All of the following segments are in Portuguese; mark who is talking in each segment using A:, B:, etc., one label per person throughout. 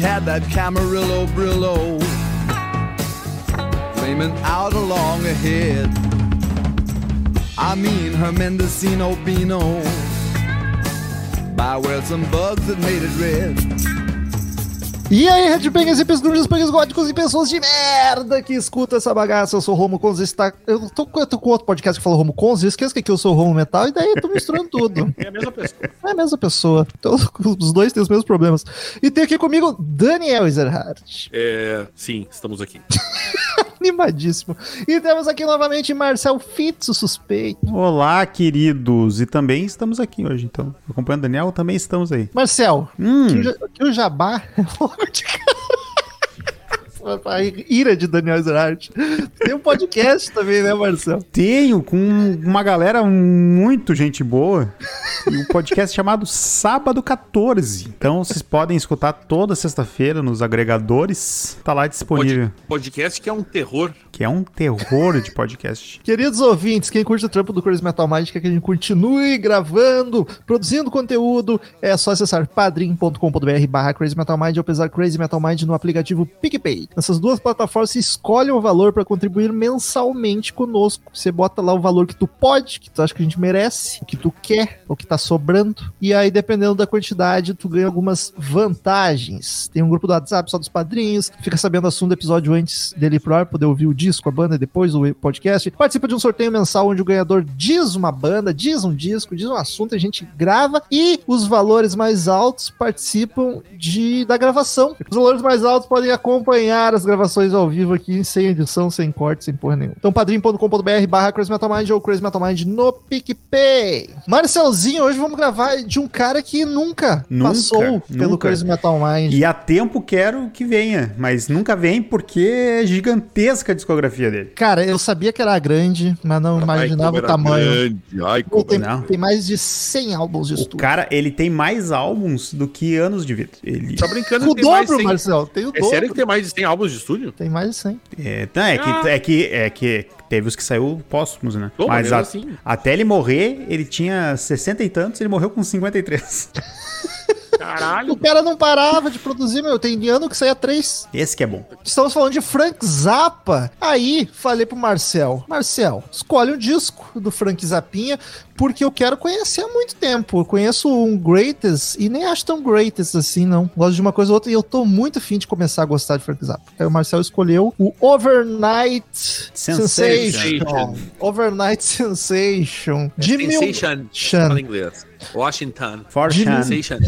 A: had that Camarillo Brillo flaming out along ahead. I mean her Mendocino Beano by where some bugs had made it red.
B: E aí, Redbangers e Pesgrunjas, Pangas Góticos e pessoas de merda que escuta essa bagaça. Eu sou o Romo Conz, está... eu, tô, com- eu tô com outro podcast que fala Romo Conz, eu esqueço que aqui eu sou o Romo Metal, e daí eu tô misturando tudo.
C: É a mesma pessoa.
B: É a mesma pessoa. Então, os dois têm os mesmos problemas. E tem aqui comigo Daniel Ezerhardt.
C: É, sim, estamos aqui.
B: Animadíssimo. E temos aqui novamente Marcel Fitz, o suspeito.
D: Olá, queridos! E também estamos aqui hoje, então. Acompanhando o Daniel, também estamos aí.
B: Marcel,
D: Hum.
B: que, o, ja- que o jabá é fogo de cara. A ira de Daniel Ezerhardt. Tem um podcast também, né, Marcel?
D: Tenho com uma galera muito gente boa e um podcast chamado Sábado 14. Então vocês podem escutar toda sexta-feira nos agregadores. Tá lá disponível.
C: Pod- podcast que é um terror.
D: Que é um terror de podcast.
B: Queridos ouvintes, quem curte o trampo do Crazy Metal Mind quer que a gente continue gravando, produzindo conteúdo, é só acessar padrim.com.br barra Crazy Metal Mind ou pesar Crazy Metal Mind no aplicativo PicPay. Nessas duas plataformas, você escolhe um valor para contribuir mensalmente conosco. Você bota lá o valor que tu pode, que tu acha que a gente merece, o que tu quer, o que tá sobrando. E aí, dependendo da quantidade, tu ganha algumas vantagens. Tem um grupo do WhatsApp só dos padrinhos, fica sabendo o assunto do episódio antes dele ir pro ar, poder ouvir o disco, a banda, né, depois o podcast. Participa de um sorteio mensal onde o ganhador diz uma banda, diz um disco, diz um assunto, a gente grava e os valores mais altos participam de da gravação. Os valores mais altos podem acompanhar as gravações ao vivo aqui, sem edição, sem corte, sem porra nenhuma. Então, padrim.com.br barra Crazy Metal Mind ou Crazy Metal Mind no PicPay. Marcelzinho, hoje vamos gravar de um cara que nunca,
D: Nunca,
B: passou pelo
D: nunca.
B: Crazy Metal Mind.
D: E há tempo quero que venha, mas nunca vem porque é gigantesca a discografia dele.
B: Cara, eu sabia que era grande, mas não imaginava
C: Ai, como
B: o
C: era
B: tamanho.
C: grande, ai,
B: Pô,
C: como
B: Tem,
D: Não.
B: tem mais de 100 álbuns de
D: O
B: estúdio.
D: cara, ele tem mais álbuns do que anos de vida. Ele
C: Tá brincando
B: O
C: tem mais
B: dobro,
C: cem-
B: Marcel. Tem o
C: É
B: dobro.
C: sério que tem mais de 100 álbuns de estúdio?
B: Tem mais de 100.
D: É, tá, é,
C: Ah.
D: que, é, que, é que teve os que saiu póstumos, né?
C: Pô,
D: Mas
C: mesmo
D: a-
C: assim.
D: até ele morrer, ele tinha 60 e tantos, ele morreu com 53.
B: O
C: Caralho.
B: cara não parava de produzir, meu. Tem ano que saía três.
D: Esse que é bom.
B: Estamos falando de Frank Zappa. Aí, falei pro Marcel. Marcel, escolhe um disco do Frank Zappinha, porque eu quero conhecer há muito tempo. Eu conheço um Greatest e nem acho tão Greatest assim, não. Gosto de uma coisa ou outra e eu tô muito afim de começar a gostar de Frank Zappa. Aí o Marcel escolheu o Overnight Sensation.
D: Sensation.
B: Overnight Sensation. De mil...
C: Sensation.
B: Chan.
C: Fala em inglês. Washington.
D: For Chan.
C: Sensation.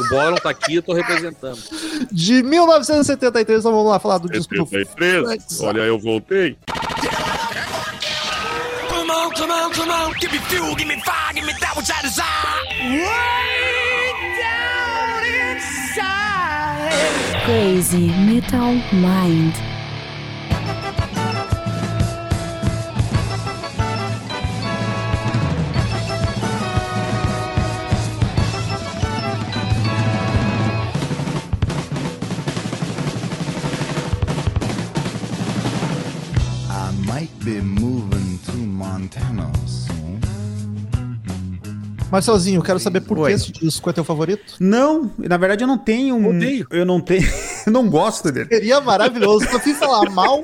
C: O Boron tá aqui, eu tô representando.
B: de 1973. Então vamos lá falar do disco do
E: 73. Olha, eu voltei.
F: Come on, come on, come on. Give me fuel, give me fire, give me that which I desire.
G: Crazy Metal Mind.
A: I might be moving to Montana soon.
B: Marcelzinho, eu quero saber por que
D: Oi.
B: esse disco é teu favorito.
D: Não, na verdade eu não tenho um.
C: Odeio.
D: Eu não tenho. eu não gosto dele.
B: Seria maravilhoso. Eu fiz falar mal.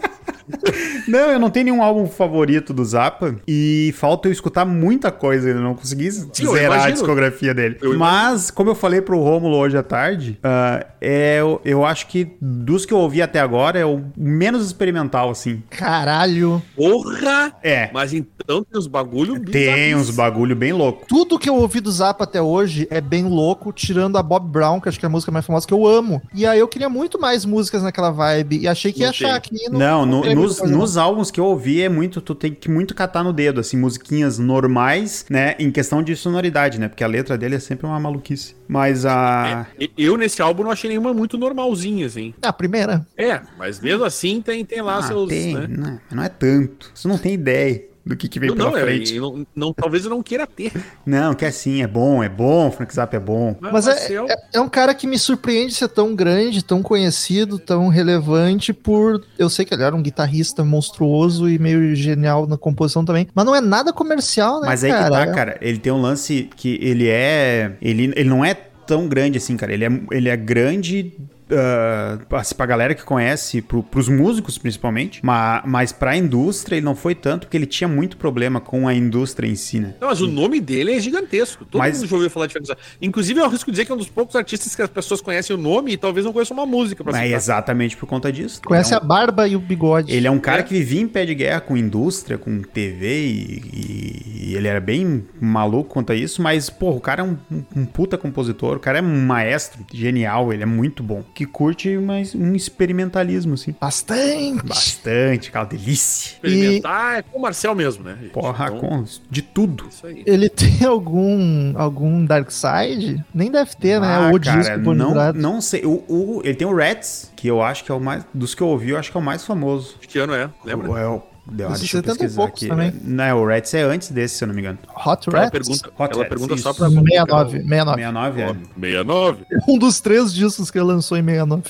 D: Não, eu não tenho nenhum álbum favorito do Zappa. E falta eu escutar muita coisa ainda. Não consegui
C: eu
D: zerar a
C: imagino.
D: discografia dele.
C: Eu imagino.
D: Mas, como eu falei pro Rômulo hoje à tarde, ah, é, eu, eu acho que dos que eu ouvi até agora é o menos experimental, assim.
B: Caralho.
C: Porra!
D: É.
C: Mas então tem uns bagulho
D: Tem uns bagulho bem louco.
B: Tudo que eu ouvi do Zappa até hoje é bem louco, tirando a Bob Brown, que acho que é a música mais famosa que eu amo. E aí eu queria muito mais músicas naquela vibe. E achei que ia
C: Não tem.
B: achar aqui.
D: Não, no-
B: tem
D: nos,
B: muita coisa,
D: nos álbuns que eu ouvi é muito, tu tem que muito catar no dedo, assim, musiquinhas normais, né? Em questão de sonoridade, né? Porque a letra dele é sempre uma maluquice. Mas a.
C: E- Eu, nesse álbum, não achei nenhuma muito normalzinha, assim.
B: não. A Ah, primeira.
C: É, mas mesmo assim tem, tem lá
D: ah,
C: seus.
D: tem,
C: né?
D: né? Não é tanto. Você não tem ideia do que, que vem
C: Não,
D: pela
C: não, é,
D: frente.
C: e não- não, talvez eu não queira ter. né?
D: Não, que é sim, é bom, é bom, Frank Zappa é bom.
B: Mas é,
C: Marcel-
B: é, é um cara que me surpreende ser tão grande, tão conhecido, tão relevante por. Eu sei que ele era um guitarrista monstruoso e meio genial na composição também. Mas não é nada comercial, né?
D: Mas aí que
B: cara?
D: tá, cara. Ele tem um lance que ele é. Ele, ele não é tão grande assim, cara. Ele é, ele é grande ah, assim, pra galera que conhece, pro, pros músicos principalmente, ma- mas pra indústria ele não foi tanto, porque ele tinha muito problema com a indústria em si, né?
C: Não, mas o nome dele é gigantesco. Todo
D: Mas-
C: mundo já ouviu falar de Frank Zappa. Inclusive, eu arrisco dizer que é um dos poucos artistas que as pessoas conhecem o nome e talvez não conheçam uma música pra
D: Mas
C: citar.
D: É exatamente por conta disso.
B: Conhece
D: Ele é
B: a barba e o bigode.
D: um- Ele é um cara que vivia em pé de guerra com indústria, com TV e, e ele era bem maluco quanto a isso, mas, porra, o cara é um, um- um puta compositor, o cara é um maestro, genial, ele é muito bom. Que curte mas um experimentalismo, assim.
B: Bastante.
D: Bastante, cara, delícia.
C: Experimentar é com o Marcel mesmo, né? gente?
D: Porra,
C: Então,
D: com de tudo.
C: Isso aí.
B: Ele tem algum algum Dark Side? Nem deve ter, né?
D: Ah,
B: o
D: cara,
B: disco
D: não,
B: pornografado.
D: não sei. O, o- ele tem o Rats, que eu acho que é o mais. Dos que eu ouvi, eu acho que é o mais famoso.
C: De que ano é? Lembra?
D: O- É o. Deu,
B: Dos
D: deixa
B: 70
D: eu
B: e
D: pesquisar
B: poucos
D: aqui.
B: também.
D: Não, é, o Rats é antes desse, se eu não me engano.
B: Hot
C: Ela
B: Rats?
C: pergunta,
D: Hot
C: ela
D: Rats,
C: pergunta só
D: isso.
C: pra.
B: 69, 69.
D: 69, é.
E: 69.
B: Um dos três discos que ele lançou em 69.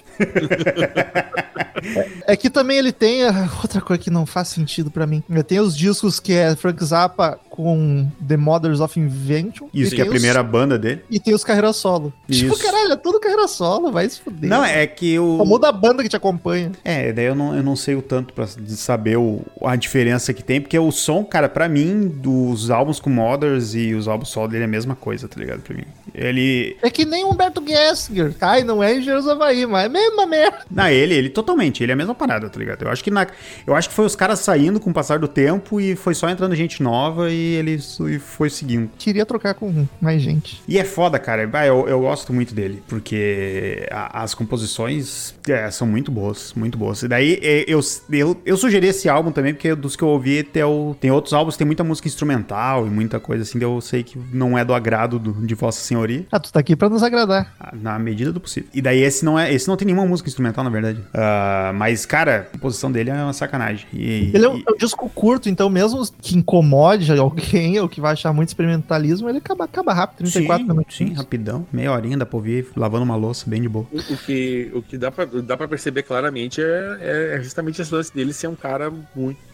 B: é que também ele tem ah, outra coisa que não faz sentido pra mim. Ele tem os discos que é Frank Zappa com The Mothers of Invention.
D: Isso,
B: e
D: que é a
B: tem
D: primeira banda dele.
B: Os, e tem os carreira solo. Tipo,
D: Isso.
B: caralho, é tudo carreira solo, vai se fuder.
D: Não, é que o.
B: Só muda a banda que te acompanha.
D: É, daí eu não, eu não sei o tanto pra de saber o- a diferença que tem, porque o som, cara, pra mim, dos álbuns com Mothers e os álbuns solo dele é a mesma coisa, tá ligado? Pra mim. Ele.
B: É que nem Humberto Gessinger. Ai, não é Engenheiros do Havaí, mas é a mesma merda.
D: Na ele, ele totalmente, ele é a mesma parada, tá ligado? Eu acho que na, eu acho que foi os caras saindo com o passar do tempo e foi só entrando gente nova e ele su- e foi seguindo.
B: Queria trocar com mais gente.
D: E é foda, cara. Vai, Eu, eu gosto muito dele, porque a- as composições é, são muito boas, muito boas. E daí é, eu, eu, eu sugeri esse álbum também, porque é dos que eu ouvi até o, tem outros álbuns, tem muita música instrumental e muita coisa assim, daí eu sei que não é do agrado do- de Vossa Senhoria.
B: Ah, tu tá aqui pra nos agradar.
D: Na medida do possível. E daí esse não é. Esse não tem nenhuma música instrumental, na verdade. Ah, mas, cara, a composição dele é uma sacanagem. E,
B: Ele é um,
D: e-
B: é um disco curto, então mesmo que incomode alguém ou que vai achar muito experimentalismo, ele acaba, acaba rápido, 34
D: sim,
B: minutos.
D: Sim, rapidão. Meia horinha, dá pra ouvir lavando uma louça bem de boa.
C: O, o que, o que dá, pra, dá pra perceber claramente é, é- é justamente esse lance dele ser um cara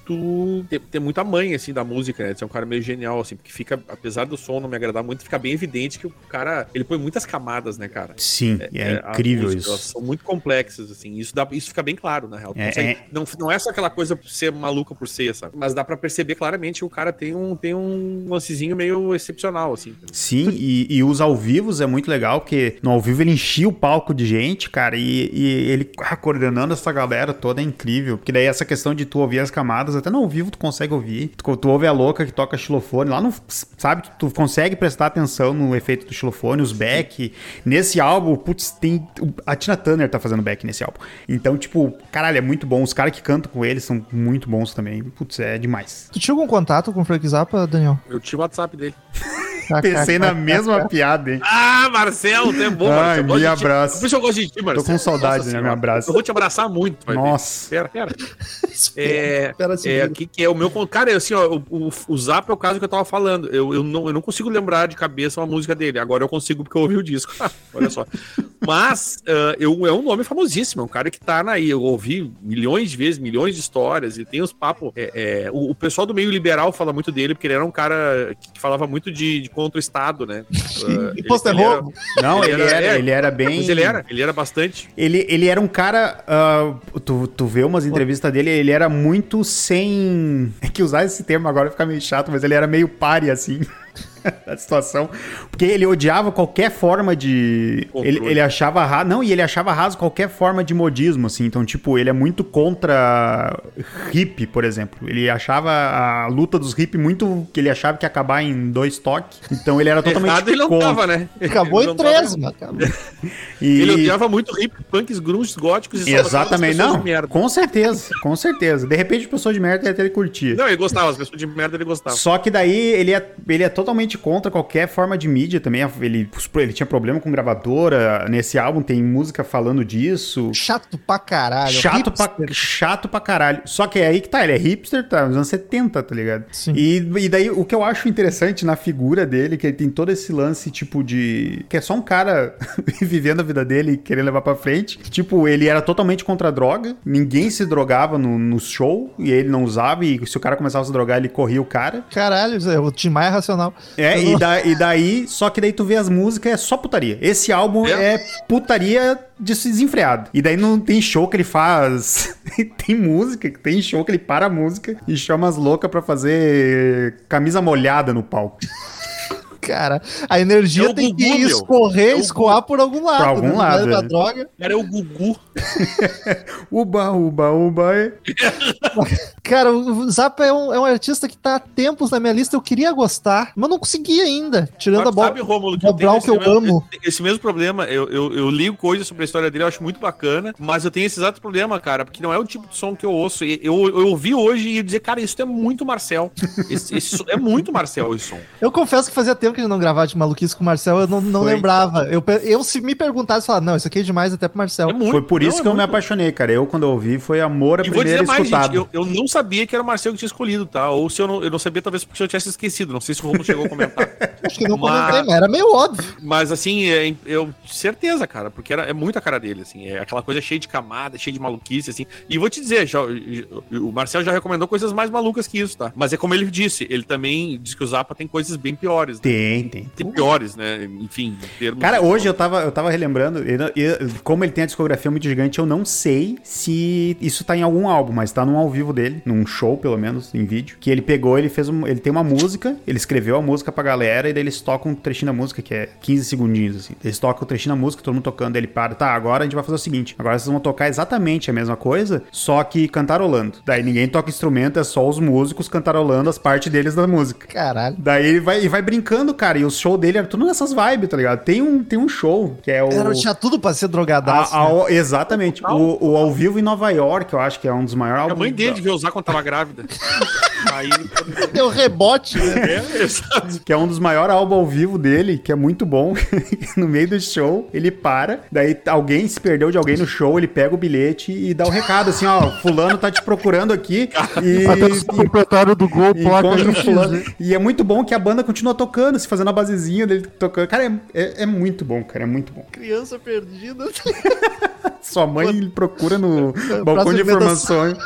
C: muito. ter, ter muita mãe, assim, da música, né? Ser um cara meio genial, assim, porque fica, apesar do som não me agradar muito, fica bem evidente que o cara. Ele põe muitas camadas, né, cara?
D: Sim, é,
C: as
D: incrível
C: músicas, Elas
D: isso.
C: são muito complexas, assim. Isso, dá, isso fica bem claro, na real. Tu
D: É,
C: consegue-
D: é.
C: Não, não é só aquela coisa por ser maluca por ser, sabe? Mas dá pra perceber claramente que o cara tem um, tem um lancezinho meio excepcional, assim.
D: Sim, e, e os ao vivos é muito legal, porque no ao vivo ele enchia o palco de gente, cara, e, e ele ah, coordenando essa galera toda é incrível. Porque daí essa questão de tu ouvir as camadas, até no ao vivo tu consegue ouvir. Tu, tu ouve a louca que toca xilofone, lá não sabe, tu, tu consegue prestar atenção no efeito do xilofone, os back. Nesse álbum, putz, tem. A Tina Turner tá fazendo back nesse álbum. Então, tipo, caralho, é muito bom. Os caras que cantam com ele são muito bons também. Putz, é demais.
B: Tu tinha algum contato com o Frank Zappa, Daniel?
C: Eu tinha o WhatsApp dele.
D: Pensei na mesma piada, hein?
C: Ah, Marcelo, tu é bom, Marcelo.
D: Ai,
C: Eu gosto
D: me
C: de ti.
D: abraça.
C: Por isso eu gosto de ti, Marcelo.
D: com saudades,
C: Nossa
D: né? Me
C: Senhora.
D: abraça.
C: Eu vou te abraçar muito. vai ver.
D: Nossa.
C: Pera, pera.
B: É,
C: É, é, que, que é o meu. con- Cara, assim, ó, o, o, o Zap é o caso que eu tava falando. Eu, eu, não, eu não consigo lembrar de cabeça uma música dele. Agora eu consigo porque eu ouvi o disco. Olha só. Mas ah, eu, é um nome famosíssimo. É um cara que tá na. Eu ouvi milhões de vezes, milhões de histórias. E tem os papos. É, é, o, o pessoal do meio liberal fala muito dele, porque ele era um cara que, que falava muito de, de contra o Estado, né? Ah, ele-
B: Imposto é
C: ele era-
B: roubo.
D: Não, ele,
C: Ele
D: era,
C: era- é,
D: ele era bem.
C: Mas ele era, ele era bastante.
D: Ele, ele era um cara. ah, tu, tu vê umas entrevistas dele, ele era muito sem. É que usar esse termo agora fica meio chato, mas ele era meio pare, assim. da situação. Porque ele odiava qualquer forma de.
C: Controle.
D: Ele, ele achava raso. Não, e ele achava raso qualquer forma de modismo, assim. Então, tipo, ele é muito contra hippie, por exemplo. Ele achava a luta dos hippies muito. que ele achava que ia acabar em dois toques. Então, ele era totalmente.
C: Errado ele não
D: contra.
C: tava, né?
B: Acabou
C: Ele
B: em
C: não tava-
B: 13, mano. acabou.
D: E-
C: Ele odiava muito hip, punks, grunge, góticos e só
D: Exatamente,
C: gostava das pessoas
D: não.
C: de merda.
D: Com certeza, com certeza. De repente, pessoa de merda ia até ele curtir.
C: Não, tá. ele gostava, as pessoas de merda ele gostava.
D: Só que daí ele é, ele é totalmente contra qualquer forma de mídia também. Ele, ele tinha problema com gravadora. Nesse álbum tem música falando disso.
B: Chato pra caralho. é um
D: Chato pra,
B: Hipster.
D: chato pra caralho. Só que é aí que tá, ele é hipster, tá? Nos anos 70, tá ligado?
B: Sim.
D: E, e daí o que eu acho interessante na figura dele, que ele tem todo esse lance, tipo, de. que é só um cara vivendo a vida dele e querendo levar pra frente. Tipo, ele era totalmente contra a droga, ninguém se drogava no, no show, e ele não usava, e se o cara começava a se drogar, ele corria o cara.
B: Caralho, Zé, o Tim Maia é racional. tal.
D: É,
B: Eu
D: e,
B: não-
D: da- e daí, só que daí tu vê as músicas, é só putaria. Esse álbum é,
C: É.
D: putaria de desenfreado. E daí não tem show que ele faz. tem música, tem show que ele para a música e chama as loucas pra fazer camisa molhada no palco.
B: Cara, a energia
C: É o
B: tem
C: Gugu,
B: que
C: meu.
B: escorrer,
C: É o
B: escoar por algum lado.
D: algum
B: né? Não
D: lado,
B: é Pra
D: é.
B: droga.
C: Cara, é o Gugu.
D: Uba, uba, uba. é.
B: Cara, o Zappa é um, é um artista que tá há tempos na minha lista, eu queria gostar, mas não consegui ainda. Tirando
C: Mas
B: a
C: tu
B: bola.
C: Sabe, Rômulo,
B: Bob Brown que eu
C: esse mesmo-
B: amo.
C: Esse, mesmo problema, eu, eu, eu li coisas sobre a história dele, eu acho muito bacana, mas eu tenho esse exato problema, cara, porque não é o tipo de som que eu ouço. E Eu, eu ouvi hoje e ia dizer, cara, isso é muito Marcel. Esse, esse som- é muito Marcel esse som.
B: Eu confesso que fazia tempo que a gente não gravava de maluquice com o Marcel, eu não, não
D: Foi.
B: lembrava. Eu, pe- eu, se me perguntasse, falava, não, isso aqui é demais até pro Marcel.
C: É muito,
D: Foi por isso
C: não, é
D: que eu me
C: muito.
D: apaixonei, cara. Eu, quando eu ouvi, foi amor à
C: E vou
D: primeira
C: dizer mais,
D: escutada.
C: gente, eu, eu não sabia que era o Marcel que tinha escolhido, tá? Ou se eu não, eu não sabia, talvez porque eu tivesse esquecido. Não sei se o Romulo chegou a comentar.
B: Acho que não
C: Mas-
B: comentei, mas era meio óbvio.
C: Mas assim, é, eu certeza, cara, porque era, é muito a cara dele, assim, é aquela coisa cheia de camada, cheia de maluquice, assim. E vou te dizer, já- o Marcel já recomendou coisas mais malucas que isso, tá? Mas é como ele disse, ele também diz que o Zappa tem coisas bem piores, né?
D: Tem, tem.
C: Tem piores, né? Enfim, em termos
D: Cara,
C: de-
D: hoje eu tava, eu tava relembrando, eu não- eu- como ele tem a discografia muito gigante, eu não sei se isso tá em algum álbum, mas tá num ao vivo dele, num show pelo menos, em vídeo, que ele pegou, ele fez um, ele tem uma música, ele escreveu a música pra galera e daí eles tocam um trechinho da música, que é 15 segundinhos assim. Eles tocam o trechinho da música, todo mundo tocando, ele para, tá, agora a gente vai fazer o seguinte, agora vocês vão tocar exatamente a mesma coisa, só que cantarolando. Daí ninguém toca instrumento, é só os músicos cantarolando as partes deles da música.
B: Caralho.
D: Daí ele vai, e vai brincando, cara. E o show dele é tudo nessas vibes, tá ligado? Tem um, tem um show que é o.
B: Era, tinha tudo pra ser
D: a-
B: drogadaço. né?
D: a- Exatamente. O, o ao vivo em Nova York, eu acho que é um dos maiores
C: A
D: álbuns.
C: mãe dele né? veio usar quando tava grávida. Aí.
B: Deu rebote, né?
C: É, exato.
D: Que é um dos maiores álbuns ao vivo dele, que é muito bom. no meio do show, ele para. Daí alguém se perdeu de alguém no show, ele pega o bilhete e dá o recado assim: ó, Fulano tá te procurando aqui. e, e
B: proprietário do gol,
D: E, encontra o fulano. E é muito bom que a banda continua tocando, se fazendo a basezinha dele tocando. Cara, é, é- é muito bom, cara, é muito bom.
B: Criança perdida.
D: Sua mãe procura no balcão
B: Praça
D: de
B: de
D: informações.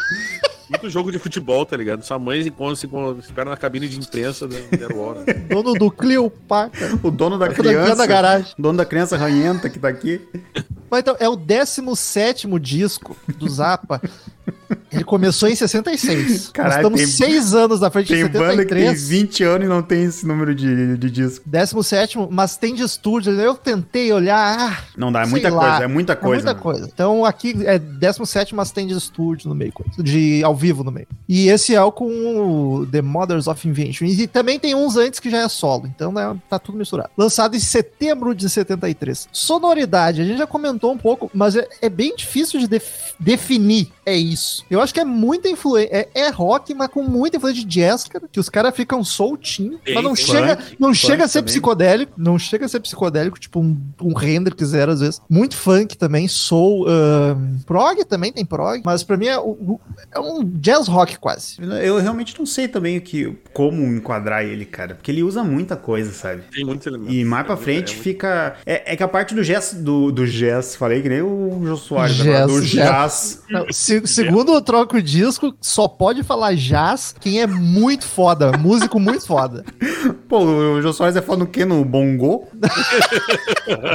C: Muito jogo de futebol, tá ligado? Sua mãe se encontra- se encontra- se espera na cabine de imprensa da Zero Hora.
B: Dono do Cleopatra.
D: O dono da
B: Aquela criança
D: criança.
B: da garagem.
D: O dono da criança ranhenta que tá aqui.
B: Mas então, é o 17 disco do Zappa. Ele começou em 66.
D: Caralho,
B: Nós
D: tem-
B: estamos 6 anos na frente de
D: Tem banda que tem
B: 73.
D: 20 anos e não tem esse número de, de disco.
B: 17, mas tem de estúdio. Eu tentei olhar. ah,
D: Não dá, é
B: Sei
D: muita
B: lá.
D: coisa, é muita
B: ah, é
D: coisa.
B: muita
D: né?
B: coisa. Então aqui é 17, mas tem de estúdio no meio, coisa, de ao vivo no meio. E esse é o com o The Mothers of Invention. E também tem uns antes que já é solo. Então né, tá tudo misturado. Lançado em setembro de 73. Sonoridade, a gente já comentou um pouco, mas é, é bem difícil de def- definir. É isso. Eu acho que é muita influência. É, é rock, mas com muita influência de jazz, cara, que os caras ficam soltinhos.
C: Tem
B: Mas não
C: funk,
B: chega, não
D: funk
B: chega a ser
D: também.
B: psicodélico, não chega a ser psicodélico, tipo um, um render que zero às vezes. Muito funk também, soul, ahn, prog também tem prog, mas pra mim é, o- o- é um jazz rock quase.
D: Eu realmente não sei também o que, como enquadrar ele, cara. Porque ele usa muita coisa, sabe?
C: Tem muitos elementos.
D: E mais
C: É
D: pra
C: muito-
D: frente
C: é muito-
D: fica. É, é que a parte do jazz. Do, do jazz, falei que nem o Jô Soares.
B: Jazz,
D: agora, do
B: jazz.
D: jazz.
B: Não, se- segundo o Troco Disco, só pode falar jazz quem é muito foda, músico muito foda.
D: Pô, o Jô Soares é foda no quê? No bongo?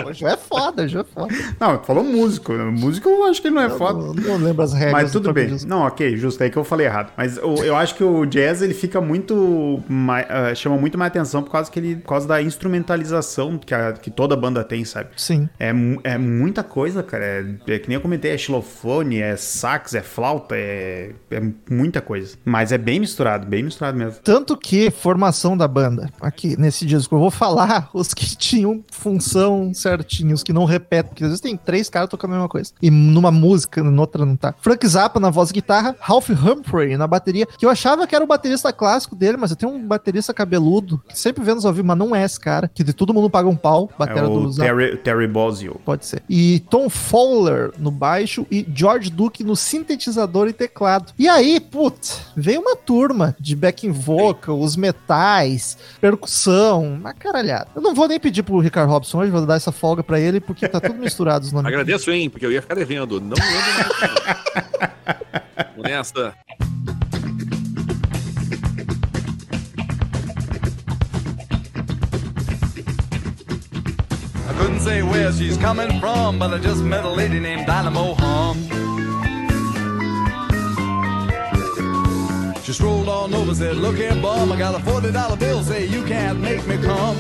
B: Pô, Já é foda, já é foda.
D: Não, falou músico. Músico eu acho que ele não é
B: Eu
D: foda.
B: Não, não lembro as regras.
D: Mas
B: do
D: tudo
B: Troco
D: bem.
B: Disco.
D: Não, ok, justo. É que eu falei errado. Mas eu, eu acho que o jazz, ele fica muito... mai- ah, chama muito mais atenção por causa, que ele, por causa da instrumentalização que, a- que toda banda tem, sabe?
B: Sim.
D: É, mu- é muita coisa, cara. É, é que nem eu comentei, é xilofone, é sax, é flauta, é, é muita coisa. Mas é bem misturado, bem misturado mesmo.
B: Tanto que formação da banda, aqui nesse disco, eu vou falar os que tinham função certinha, os que não repetem, porque às vezes tem três caras tocando a mesma coisa. E numa música, na outra não tá. Frank Zappa na voz e guitarra, Ralph Humphrey na bateria, que eu achava que era o baterista clássico dele, mas eu tenho um baterista cabeludo, que sempre vendo ao vivo, mas não é esse cara, que de todo mundo paga um pau,
D: É
B: batera
D: o
B: do Zappa.
D: Terry, Terry Bozzio.
B: Pode ser. E Tom Fowler no baixo e George Duke no sintetizador e teclado. E aí, putz, veio uma turma de backing vocal, os metais, percussão, uma caralhada. Eu não vou nem pedir pro Ricardo Robson hoje, vou dar essa folga pra ele, porque tá tudo misturado os nomes.
C: Agradeço, hein, porque eu ia ficar devendo. Não lembro. Honesta.
A: I couldn't say where she's coming from, but I just met a lady named Dynamo Hum. She strolled on over, said, Look here, bum, I got a $40 bill, say you can't make me come.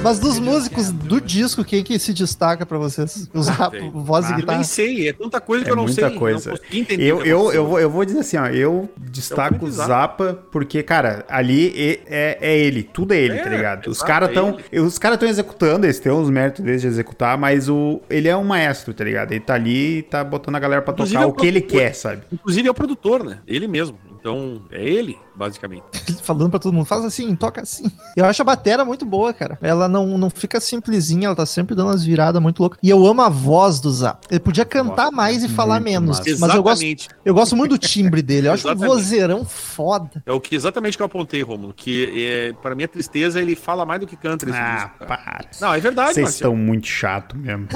B: Mas dos músicos do disco, quem que se destaca pra vocês? Usar
C: Tem.
B: voz e
C: Eu nem
B: guitarra.
C: sei, é tanta coisa que
D: Ah, tá. É
C: eu não sei.
D: muita coisa.
C: Não consegui entender
D: Eu,
C: o que
D: eu,
C: aconteceu.
D: eu, vou, eu vou dizer assim, ó, eu
C: É
D: destaco
C: um
D: o
C: Zapa.
D: Zapa, porque, cara, ali e- é, é ele, tudo é ele,
C: É,
D: tá ligado? Os
C: exato,
D: caras
C: é
D: estão os caras estão executando, eles têm os méritos deles de executar, mas o, ele é um maestro, tá ligado? Ele tá ali e tá botando a galera pra
C: Inclusive,
D: tocar
C: eu
D: o que ele
C: procuro-
D: quer, sabe?
C: Inclusive é o produtor, né? Ele mesmo. Então, é ele, basicamente.
B: Falando pra todo mundo, faz assim, toca assim. Eu acho a batera muito boa, cara. Ela não, não fica simplesinha, ela tá sempre dando umas viradas muito loucas. E eu amo a voz do Zap. Ele podia cantar mais e falar menos.
D: massa.
B: Mas eu gosto, eu gosto muito do timbre dele. Eu acho um
C: Exatamente.
B: vozeirão foda.
C: É o que, exatamente o que eu apontei, Romulo. Que, é, para minha tristeza, ele fala mais do que canta nesse
D: Ah,
C: disco, cara.
D: pá.
C: Não, é verdade,
D: Vocês
C: Marcelo.
D: estão muito chato mesmo.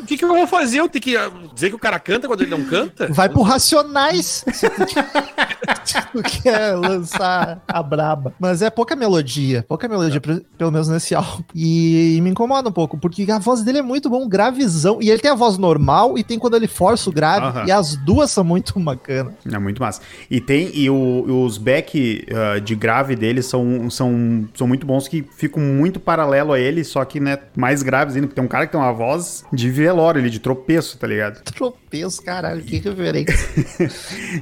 C: O que, que eu vou fazer? Eu tenho que ah, dizer que o cara canta quando ele não canta?
B: Vai pro Racionais. se tu- se tu quer lançar a braba. Mas é pouca melodia. Pouca
D: É.
B: melodia, pre- pelo menos nesse álbum. E me incomoda um pouco, porque a voz dele é muito bom, gravizão. E ele tem a voz normal e tem quando ele força o grave.
D: Aham.
B: E as duas são muito bacanas.
D: É muito massa. E tem. E o- e os back ah, de grave deles são, são, são muito bons que ficam muito paralelo a ele, só que, né, mais graves ainda, porque tem um cara que tem uma voz de velório ali, de tropeço, tá ligado?
B: Tropeço, caralho, que referência.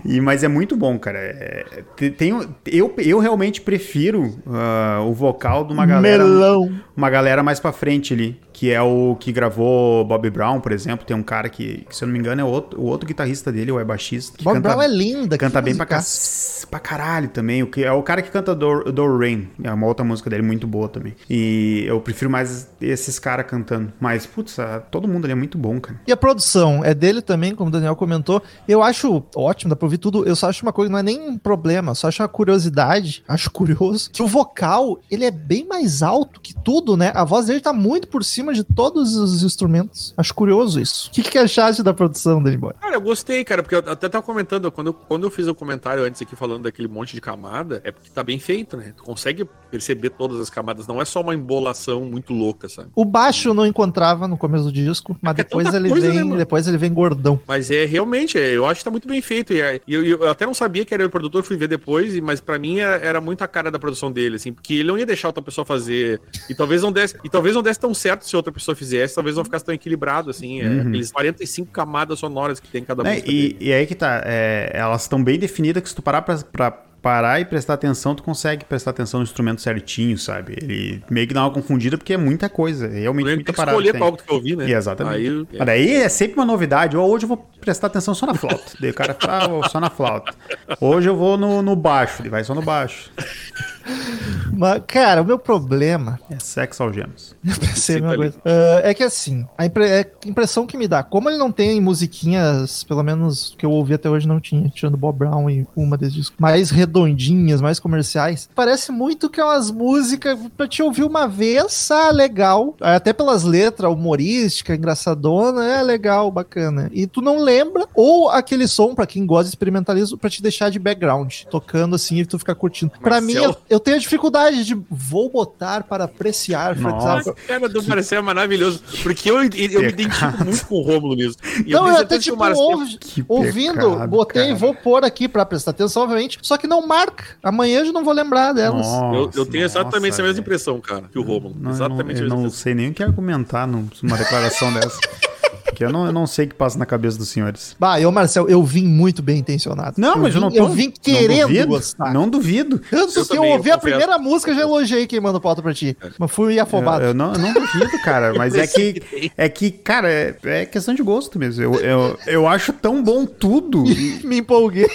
D: E, mas é muito bom, cara. É, te- tem, um- eu, eu realmente prefiro ah, o vocal de uma galera.
B: Melão.
D: Uma galera mais pra frente ali. Que é o que gravou Bob Brown, por exemplo. Tem um cara que, que, se eu não me engano, é outro, o outro guitarrista dele, ou é baixista. Que
B: Bob
D: canta,
B: Brown é linda. que
D: Canta bem pra,
B: musicaço.
D: cac- pra caralho também. O que, é o cara que canta Do, Do Rain. É uma outra música dele muito boa também. E eu prefiro mais esses caras cantando. Mas, putz, ah, todo mundo ali é muito bom, cara.
B: E a produção é dele também, como o Daniel comentou. Eu acho ótimo, dá pra ouvir tudo. Eu só acho uma coisa, que não é nem um problema, só acho uma curiosidade, acho curioso, que o vocal, ele é bem mais alto que tudo, né? A voz dele tá muito por cima de todos os instrumentos. Acho curioso isso. O que, que achaste da produção dele, boy?
C: Cara, eu gostei, cara, porque eu até tava comentando, quando eu, quando eu fiz o comentário antes aqui falando daquele monte de camada, é porque tá bem feito, né? Tu consegue perceber todas as camadas, não é só uma embolação muito louca, sabe?
B: O baixo eu não encontrava no começo do disco, mas
C: É
B: depois
C: tanta
B: ele
C: coisa, né,
B: vem,
C: mano?
B: depois ele vem gordão.
C: Mas é realmente, é, eu acho que tá muito bem feito. E é- e eu, eu até não sabia que era o produtor, fui ver depois, e- mas pra mim é, era, era muito a cara da produção dele, assim, porque ele não ia deixar outra pessoa fazer. E talvez não desse, e talvez não desse tão certo se outra pessoa fizesse, talvez não ficasse tão equilibrado, assim. é,
D: Uhum.
C: aqueles 45 camadas sonoras que tem em cada
D: Né,
C: música.
D: E,
C: dele.
D: e aí que tá, é, elas estão bem definidas que se tu parar pra, pra parar e prestar atenção, tu consegue prestar atenção no instrumento certinho, sabe? Ele meio que dá uma confundida porque é muita coisa, é
C: O
D: realmente
C: problema é que
D: muita
C: tem que
D: parada.
C: escolher
D: que
C: pra
D: tem.
C: algo que eu ouvi, né?
D: E exatamente.
C: Aí,
D: Mas daí é sempre uma novidade. Ó, hoje eu vou prestar atenção só na flauta. Daí o cara fala, ah, só na flauta. Hoje eu vou no, no baixo, ele vai só no baixo.
B: Mas, cara, o meu problema
D: É sexo algemas.
B: Pensei a mesma
C: Cita ali.
B: coisa. Ah, é que assim, a, impre- é a impressão que me dá, como ele não tem musiquinhas, pelo menos que eu ouvi até hoje não tinha, tirando Bob Brown e uma desses discos, mais redondinhas, mais comerciais, parece muito que é umas músicas pra te ouvir uma vez, ah, legal. Até pelas letras, humorística, engraçadona, é legal, bacana. E tu não lembra, ou aquele som, pra quem gosta de experimentalismo, pra te deixar de background, tocando assim e tu ficar curtindo. Pra mim,
C: Marcelo.
B: eu, eu tenho a dificuldade de vou botar para apreciar, Frank
D: Nossa.
B: Zappa.
C: A cara do Marcelo é maravilhoso, porque eu, eu me identifico muito com o Rômulo nisso. E
B: não,
C: tenho
B: eu
C: certeza
B: até
C: que
B: tipo,
C: Marcelo-
B: ouve-
D: Que
B: ouvindo,
D: pecado,
B: botei
D: cara.
B: vou pôr aqui pra prestar atenção, obviamente. Só que não marca. Amanhã eu já não vou lembrar delas.
C: Eu,
D: Nossa,
C: eu tenho exatamente
D: nossa,
C: essa mesma
D: velho.
C: impressão, cara, que o Rômulo.
D: Não, eu
C: exatamente a
D: não, eu
C: mesma
D: não
C: impressão.
D: sei nem o que argumentar num- numa declaração dessa. Porque eu não, eu não sei o que passa na cabeça dos senhores.
B: Bah, eu, Marcel, eu vim muito bem intencionado.
D: Não, mas
B: vim-
D: eu não tô.
B: Eu vim querendo
D: não duvido,
B: gostar.
D: Não duvido.
B: Tanto
C: Eu
B: que eu
C: também, eu
B: ouvi a
C: confesso.
B: primeira música, eu já elogiei queimando pauta pra ti.
D: É.
B: Mas fui
D: Eu,
B: afobado.
D: eu não, eu não duvido, cara. Mas é que, é que, cara, é, é questão de gosto mesmo. Eu, eu, eu acho tão bom tudo.
B: Me empolguei.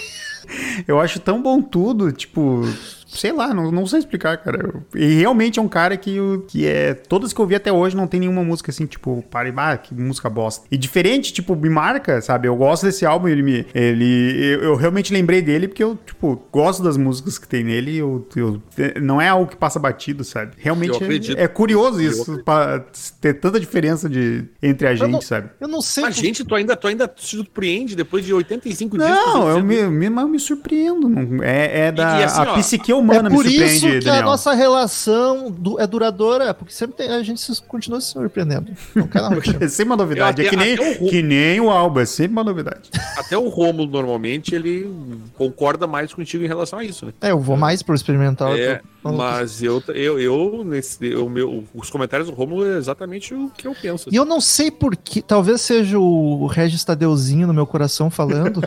D: Eu acho tão bom tudo, tipo. Sei lá, não, não sei explicar, cara. Eu- E realmente é um cara que, o- que é. Todas que eu vi até hoje não tem nenhuma música assim, tipo, para e ah, que música bosta. E diferente, tipo, me marca, sabe? Eu gosto desse álbum, ele me. Ele, eu, eu realmente lembrei dele porque eu, tipo, gosto das músicas que tem nele. e Eu, eu- não é algo que passa batido, sabe?
C: Eu
D: Realmente
C: acredito.
D: é, é curioso isso, pra ter tanta diferença de, entre a gente,
B: não-
D: sabe?
B: Eu não sei.
C: Mas,
B: por-
C: gente, tu ainda, tu ainda se surpreende depois de 85 dias.
D: Não, eu me, me, mas eu me surpreendo. não- É, é da
C: e assim,
D: a
C: ó,
D: psique humana
B: é por
D: me surpreende,
B: isso que a
D: Daniel.
B: nossa relação du- é duradoura, porque sempre tem- a gente se- continua se surpreendendo. Não quero arrochar.
D: É sempre uma novidade. É
C: Até- um
D: que nem,
C: até o Hulk.
D: que nem o Alba, é sempre uma novidade.
C: Até o Rômulo, normalmente, ele concorda mais contigo em relação a isso, né?
B: é, eu vou mais pro experimental. eu
C: É,
B: tô- não-
C: mas eu, eu, eu, nesse, eu meu, os comentários do Rômulo é exatamente o que eu penso.
B: E eu não sei porquê, talvez seja o Regis Tadeuzinho no meu coração falando.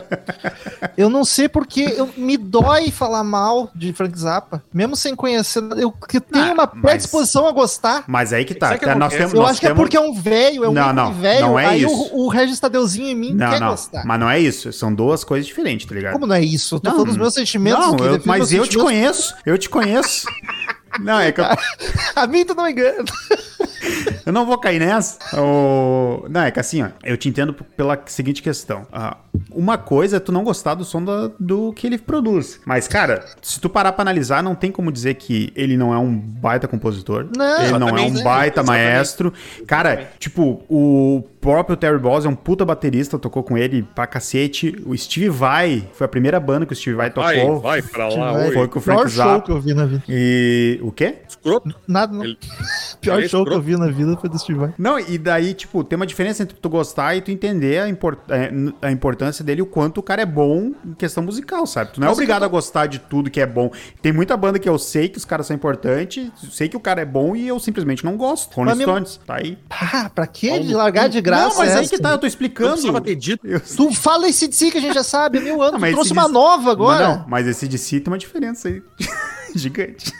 B: eu não sei porque eu, me dói falar mal de Frank Zappa, mesmo sem conhecer. Eu que tenho uma
D: Ah, mas-
B: predisposição a gostar.
D: Mas aí que tá.
C: Sabe o que
D: tá, nós
C: acontece?
D: temos,
B: Eu
D: nós
B: acho que é
D: temos-
B: porque é um velho, é um
D: Não,
B: ícone
D: não,
B: velho.
D: não é
B: aí o-
D: isso.
B: O, Regis Tadeuzinho em mim
D: Não,
B: quer
D: não.
B: gostar.
D: Mas não é isso. São duas coisas diferentes, tá ligado?
B: Como não é isso? Eu tô
D: Não,
B: falando dos meus sentimentos.
D: Não,
B: que
D: eu-
B: definem
D: mas
B: meus
D: eu te
B: sentimentos.
D: conheço. Eu te conheço. Não, é que eu,
B: A mim tu não engana.
D: eu não vou cair nessa. O- Não, é que assim, ó, eu te entendo p- pela seguinte questão. Ah, uma coisa é tu não gostar do som da- do que ele produz. Mas, cara, se tu parar pra analisar, não tem como dizer que ele não é um baita compositor.
B: Não,
D: ele não é um
C: exatamente,
D: baita
C: exatamente.
D: maestro. Cara, tipo, o próprio Terry Boss é um puta baterista, tocou com ele pra cacete. O Steve Vai, foi a primeira banda que o Steve Vai
E: Vai,
D: tocou.
E: vai pra lá,
B: Vai.
E: oi.
D: Foi com o
B: Pior
D: Frank
B: show
D: Zappa.
B: que eu vi na vida.
D: E o quê?
C: Escroto.
B: Nada, não.
C: Ele-
B: Pior
C: ele é
B: show que eu
C: escroto.
B: vi na vida foi do Steve Vai.
D: Não, e daí, tipo, tem uma diferença entre tu gostar e tu entender a, impor- é, n- a importância dele, e o quanto o cara é bom em questão musical, sabe? Tu não é
B: Mas o que
D: obrigado
B: eu
D: a gostar de tudo que é bom. Tem muita banda que eu sei que os caras são importantes, eu sei que o cara é bom e eu simplesmente não gosto. Rolling
B: Mas mesmo-
D: Stones, tá aí.
B: Ah, pra que de largar de graça?
D: Tá
B: é
D: não, mas aí
B: essa?
D: que tá, eu tô
C: Eu não
D: explicando.
C: precisava ter dito.
B: Tu fala esse DC que a gente já sabe há mil anos.
D: Não,
B: tu
D: mas
B: trouxe
D: esse
B: uma
D: DC
B: nova agora.
D: Mas não, mas esse de si tem uma diferença aí. Gigante.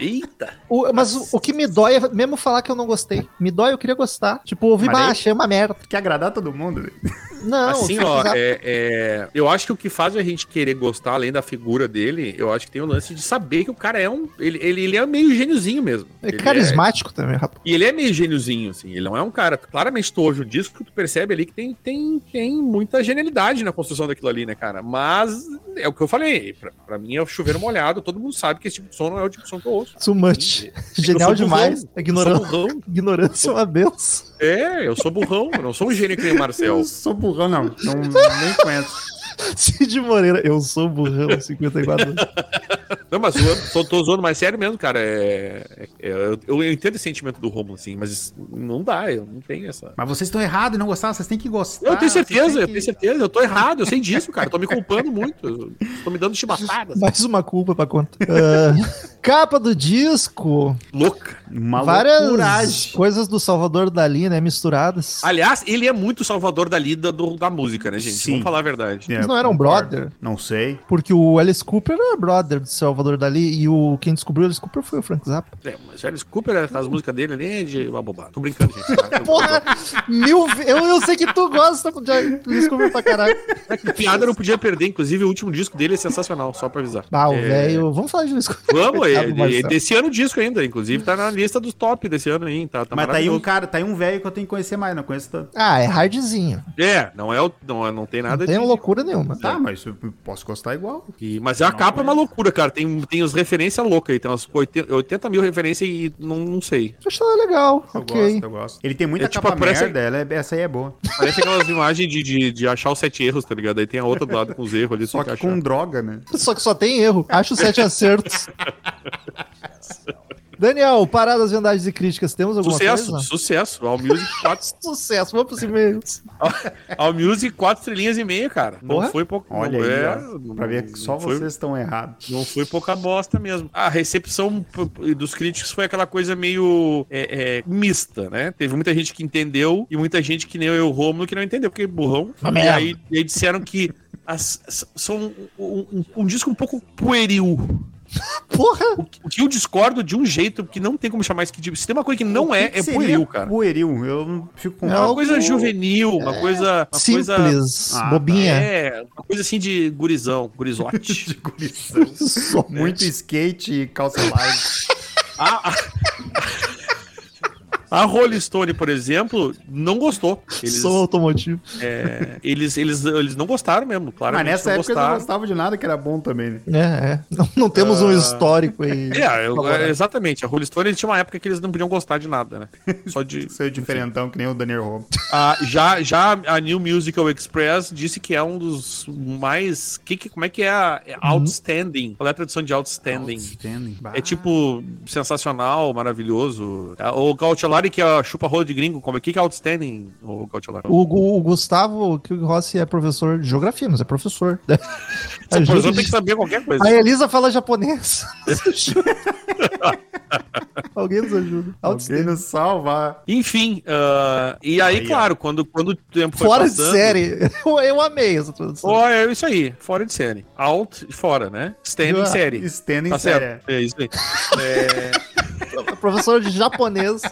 C: Eita.
B: O- mas o, o que me dói é mesmo falar que eu não gostei. Me dói, eu queria gostar. Tipo, ouvir
D: Mas daí-
B: baixa, é uma merda.
D: Quer agradar todo mundo? velho.
B: Não,
C: assim,
B: Frank
C: ó,
B: Zappa-
C: é, é, eu acho que o que faz a gente querer gostar, além da figura dele, eu acho que tem o lance de saber que o cara é um. Ele, ele, ele é meio gêniozinho mesmo.
B: é,
C: Ele
B: carismático também, rapaz.
C: E ele é meio gêniozinho, assim. Ele não é um cara. Claramente, tu ouve o disco, tu percebe ali que tem, tem, tem muita genialidade na construção daquilo ali, né, cara? Mas é o que eu falei. Pra, pra mim é o chuveiro molhado. Todo mundo sabe que esse tipo de som não é o tipo de som que eu ouço.
B: Too much. um Genial
C: Eu sou
B: demais.
C: burrão.
B: A
C: Eu
B: ignoran-
C: sou burrão.
B: Ignorância é uma benção.
C: É, eu sou burrão. Eu não sou um gênio que nem o Marcel.
D: Eu sou burrão, não. não nem conheço.
B: Cid Moreira, eu sou burrão, 54 anos.
C: Não, mas zoando, tô, tô zoando mais sério mesmo, cara. É, é- eu, eu entendo esse sentimento do Romulo, assim, mas não dá, eu não tenho essa.
D: Mas vocês estão errados e não gostaram, vocês têm que gostar.
C: Eu tenho
D: vocês
C: certeza,
D: têm
C: eu
D: Ah, que-
C: tenho certeza, eu tô errado, eu sei disso, cara. Tô me culpando muito. eu Tô me dando assim. chibatadas.
B: Mais uma culpa pra conta. Ah, capa do disco.
C: Louca.
D: Uma
B: várias
D: loucuragem.
B: coisas do Salvador Dali, né? Misturadas.
C: Aliás, ele é muito o salvador da lida do- da música, né, gente?
D: Sim. É.
C: Vamos falar a verdade.
B: Eles não eram
D: concordo.
B: brother?
D: Não sei.
B: Porque o Alice Cooper era brother do Salvador Dali e o quem descobriu o Alice Cooper foi o Frank Zappa.
C: É, mas Alice Cooper, as músicas dele ali é de uma bobada. Tô brincando, gente. tá? Eu-
B: Porra, mil ve- eu, eu sei que tu gosta de Alice Cooper pra caralho.
C: eu- Piada não podia perder, inclusive o último disco dele é sensacional, só pra avisar.
B: Ah, o
C: É.
B: velho. Vamos falar de Alice Cooper.
C: Vamos,
B: Coitado
C: é,
B: do Marcelo.
C: é desse ano o disco ainda, inclusive tá na lista dos top desse ano aí, tá? tá
D: Mas tá aí um
C: maravilhoso.
D: cara, tá aí um velho que eu tenho que conhecer mais, não conheço tanto.
B: Ah, é hardzinho.
C: É, não é o, não, é- não tem nada
B: Não tem um
C: de-
B: loucura nenhuma.
D: Tá, mas eu posso gostar igual.
C: E- mas a capa é uma loucura, cara. Tem, tem as referências loucas aí, tem umas 80, 80 mil referências e não, não sei.
B: Eu Acho ela legal.
D: Eu
B: ok.
D: gosto, eu gosto. Ele tem muita
C: É tipo,
D: capa
C: parece-
D: merda, ela é- essa aí é boa.
C: Parece aquelas imagens de, de, de achar os sete erros, tá ligado? Aí tem a outra do lado com os erros ali,
D: Só
C: tem
D: que
C: que
D: com
C: achar.
D: droga, né?
B: Só que só tem erro. Acho sete acertos. Daniel, paradas, vendagens e críticas. Temos alguma
C: Sucesso,
B: coisa?
C: sucesso. All Music 4,
B: Sucesso, vamos pros e-mails.
C: All Music 4 estrelinhas e meia, cara. Não
B: Porra.
C: foi pouco.
D: Olha
C: não,
D: aí,
C: é,
D: ó, pra ver que só
C: não foi-
D: vocês estão errados.
C: Não foi pouca bosta mesmo. A recepção p- p- dos críticos foi aquela coisa meio é, é, mista, né? Teve muita gente que entendeu e muita gente que nem eu, Romulo, que não entendeu, porque burrão.
B: Uma
C: e
B: merda.
C: aí, e aí disseram que as- s- são um, um- um disco um pouco pueril.
B: Porra!
C: O que- o que eu discordo de um jeito que não tem como chamar isso que de- Se tem uma coisa que não é,
D: O que
C: é
D: seria um
C: pueril, cara.
D: Pueril, eu não fico com
B: É
C: É uma
B: algo-
C: coisa juvenil, uma coisa. Uma
B: Simples,
C: coisa.
D: Ah,
B: bobinha.
C: É, uma coisa assim de gurizão, gurizote.
D: de gurizão.
B: Só
C: É.
D: Muito skate e calça larga.
C: A, a- A Rolling Stone, por exemplo, não gostou. Eles,
B: Som automotivo.
C: é, eles, eles, eles não gostaram mesmo, claro.
D: Mas nessa época eu não gostava de nada que era bom também, né?
B: É, é. Não, não temos um histórico aí.
C: Ah. É, eu-
B: favorável.
C: é, exatamente. A Rolling Stone eles tinha uma época que eles não podiam gostar de nada, né? Só de.
D: Saiu diferentão, que nem o Daniel Romo.
C: Ah, já, já a New Musical Express disse que é um dos mais. Que, que- como é que é? a- é outstanding. Qual é a tradução de outstanding? É tipo sensacional, maravilhoso. Ah, O Gautiolari que é chupa rola de gringo, como é que que é outstanding, o Gautiolari?
B: O, Gu- o Gustavo que o Rossi é professor de geografia, mas é professor.
C: Essa
B: Ajuda
C: pessoa
B: de-
C: tem que saber qualquer coisa.
B: A Elisa fala japonês. Nos ajuda. Alguém nos ajuda.
D: Alguém nos salvar.
C: Enfim, ah, e aí,
D: Aí, ó.
C: claro, quando, quando o tempo foi
B: Fora de
C: passando-
B: série. Eu, eu amei essa tradução.
C: Ó, é isso aí, fora de série. Out, fora, né? Standing
B: Ah,
C: série.
D: Estenda
C: Tá
D: em série.
C: certo. É isso aí. Oh.
B: Professora É de japonês.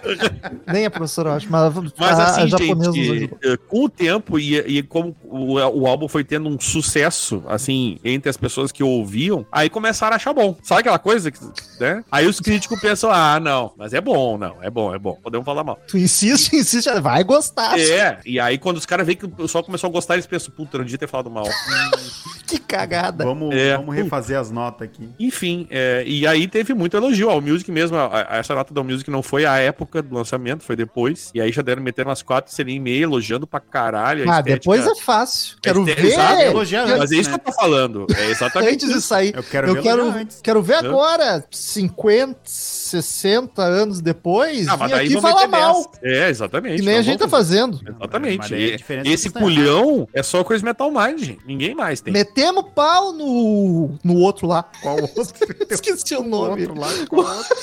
B: Nem é professora, eu acho, mas,
C: Mas
B: a,
C: assim,
B: a japonesa nos
C: gente,
B: ajuda.
C: eh, com o tempo e, e como o, o álbum foi tendo um sucesso, assim, entre as pessoas que ouviam, aí começaram a achar bom. Sabe aquela coisa que, né? Aí os críticos pensam, ah, não, mas é bom, não, é bom, é bom, podemos falar mal.
B: Tu insiste, insiste, ela vai gostar.
C: É, e aí quando os caras veem que o pessoal começou a gostar, eles pensam, puta, não devia ter falado mal.
B: Que cagada.
D: Vamos,
C: É.
D: vamos refazer as notas aqui.
C: Enfim, é, e aí teve muito elogio ao Music mesmo. a- a- essa nota da Music não foi a época do lançamento, foi depois. E aí já deram meter umas quatro seria e meia elogiando pra caralho. a
B: Ah,
C: estética.
B: depois é né? fácil. Quero
C: Este-
B: ver.
C: exato,
D: elogiando.
C: Mas é isso que eu tô falando. É exatamente
B: Antes
C: isso.
B: de sair.
D: né? Eu quero
B: eu
D: ver
B: quero,
D: lá antes.
B: quero ver
C: Né?
B: agora, 50, 60 anos depois,
C: Ah,
B: vir
C: mas daí
B: aqui
C: vão meter
B: falar mal.
C: nessa. É, exatamente.
B: Que nem a
C: não
B: gente tá
C: vão
B: fazendo.
C: fazer. Exatamente.
D: Mas daí a
C: E-
D: diferença é que
C: Esse
D: isso tá errado.
C: culhão é só Chris Metal Mind. gente. Ninguém mais tem.
B: Metemos pau no, no outro lá.
D: Qual outro?
B: Esqueci o nome.
D: outro lado, qual outro?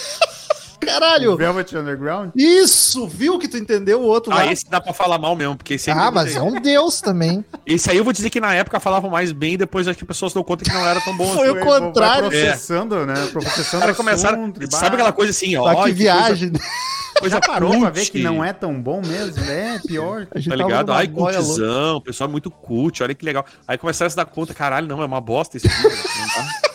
B: Caralho.
D: Velvet Underground?
B: Isso, viu que tu entendeu o outro
C: Ah,
B: lá.
C: esse dá pra falar mal mesmo, porque esse aí,
B: Ah, mas é um deus também.
C: esse aí eu vou dizer que na época falavam mais bem, depois acho que as pessoas dão conta que não era tão bom.
B: Foi um o
C: assim.
D: Vai- vai
B: contrário.
D: Processando, né?
C: Os
D: Processando
C: caras É. começaram.
D: assunto, e
C: Sabe
D: bah,
C: aquela coisa assim, ó.
B: Tá que
C: que
B: viagem.
C: Coisa,
D: Já
C: coisa
D: parou pra ver
C: cult.
D: que não é tão bom mesmo, né? Pior.
B: A gente
C: Tá
B: tava
C: ligado?
B: numa
C: Ai,
B: boia louca.
C: cultizão, o pessoal é muito cult, olha que legal. Aí começaram a se dar conta, caralho, não, é uma bosta esse filme. não tá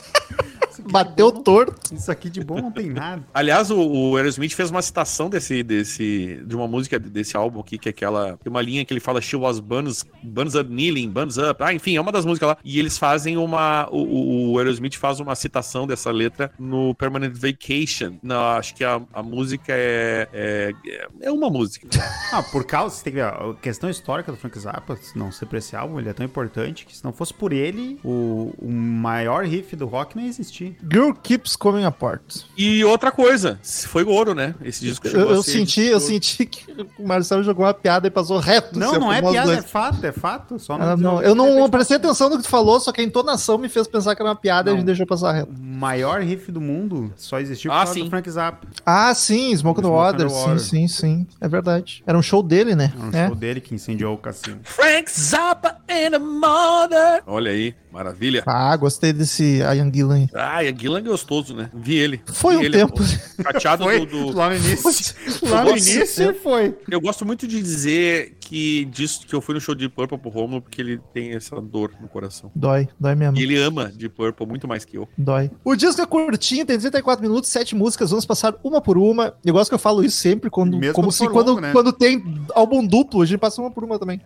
B: Bateu torto.
D: Isso aqui de bom não tem nada.
C: Aliás, o, o Aerosmith fez uma citação desse, desse, de uma música desse álbum aqui, que é aquela. Tem uma linha que ele fala She was buns, buns up kneeling, buns up. Ah, enfim, é uma das músicas lá. E eles fazem uma. O, o- o Aerosmith faz uma citação dessa letra no Permanent Vacation. Na, acho que a, a música é, é. É uma música.
D: Ah, por causa, você tem que ver, ó, a questão histórica do Frank Zappa, se não ser pra esse álbum, ele é tão importante que se não fosse por ele, o, o maior riff do rock não ia existir.
B: Girl keeps coming apart.
C: E outra coisa, foi ouro, né? Esse disco
B: Eu,
C: a
B: eu
C: ser
B: senti, eu
C: disco-
B: senti que o Marcelo jogou uma piada e passou reto.
D: Não,
B: assim,
D: não é
B: nós
D: piada,
B: dois.
D: é fato, é fato. Só
B: Ah, não, eu
D: é
B: não prestei atenção no que tu falou, só que a entonação me fez pensar que era uma piada e a gente
D: Não.
B: deixou passar reto.
D: O maior riff do mundo só existiu
C: Ah,
D: por causa
C: sim.
D: do Frank Zappa.
B: Ah, sim, Smoke on the
D: Smoke on
B: Water.
D: the Water.
B: Sim, sim, sim. É verdade. Era um show dele, né?
D: Era um
B: É.
D: show dele que incendiou o cassino.
C: Frank Zappa and a Mother. Olha aí, maravilha.
B: Ah, gostei desse Ian Gillan.
C: Ah, e a Guilherme é gostoso, né? Vi ele.
B: Foi
C: Vi
B: um
C: ele,
B: tempo.
C: o Cateado
D: Foi
C: do, do-
D: lá no início. lá no
C: Nossa,
D: início foi.
C: Eu gosto muito de dizer que disso que eu fui no show de Purple pro Romulo, porque ele tem essa dor no coração.
B: Dói, dói mesmo.
C: E ele ama de Purple muito mais que eu.
B: Dói. O disco é curtinho, tem 34 minutos, 7 músicas, vamos passar uma por uma. Eu gosto que eu falo isso sempre, quando,
D: Mesmo
B: como
D: quando
B: se
D: for
B: quando,
D: longo, né?
B: quando tem álbum duplo, a gente passa uma por uma também.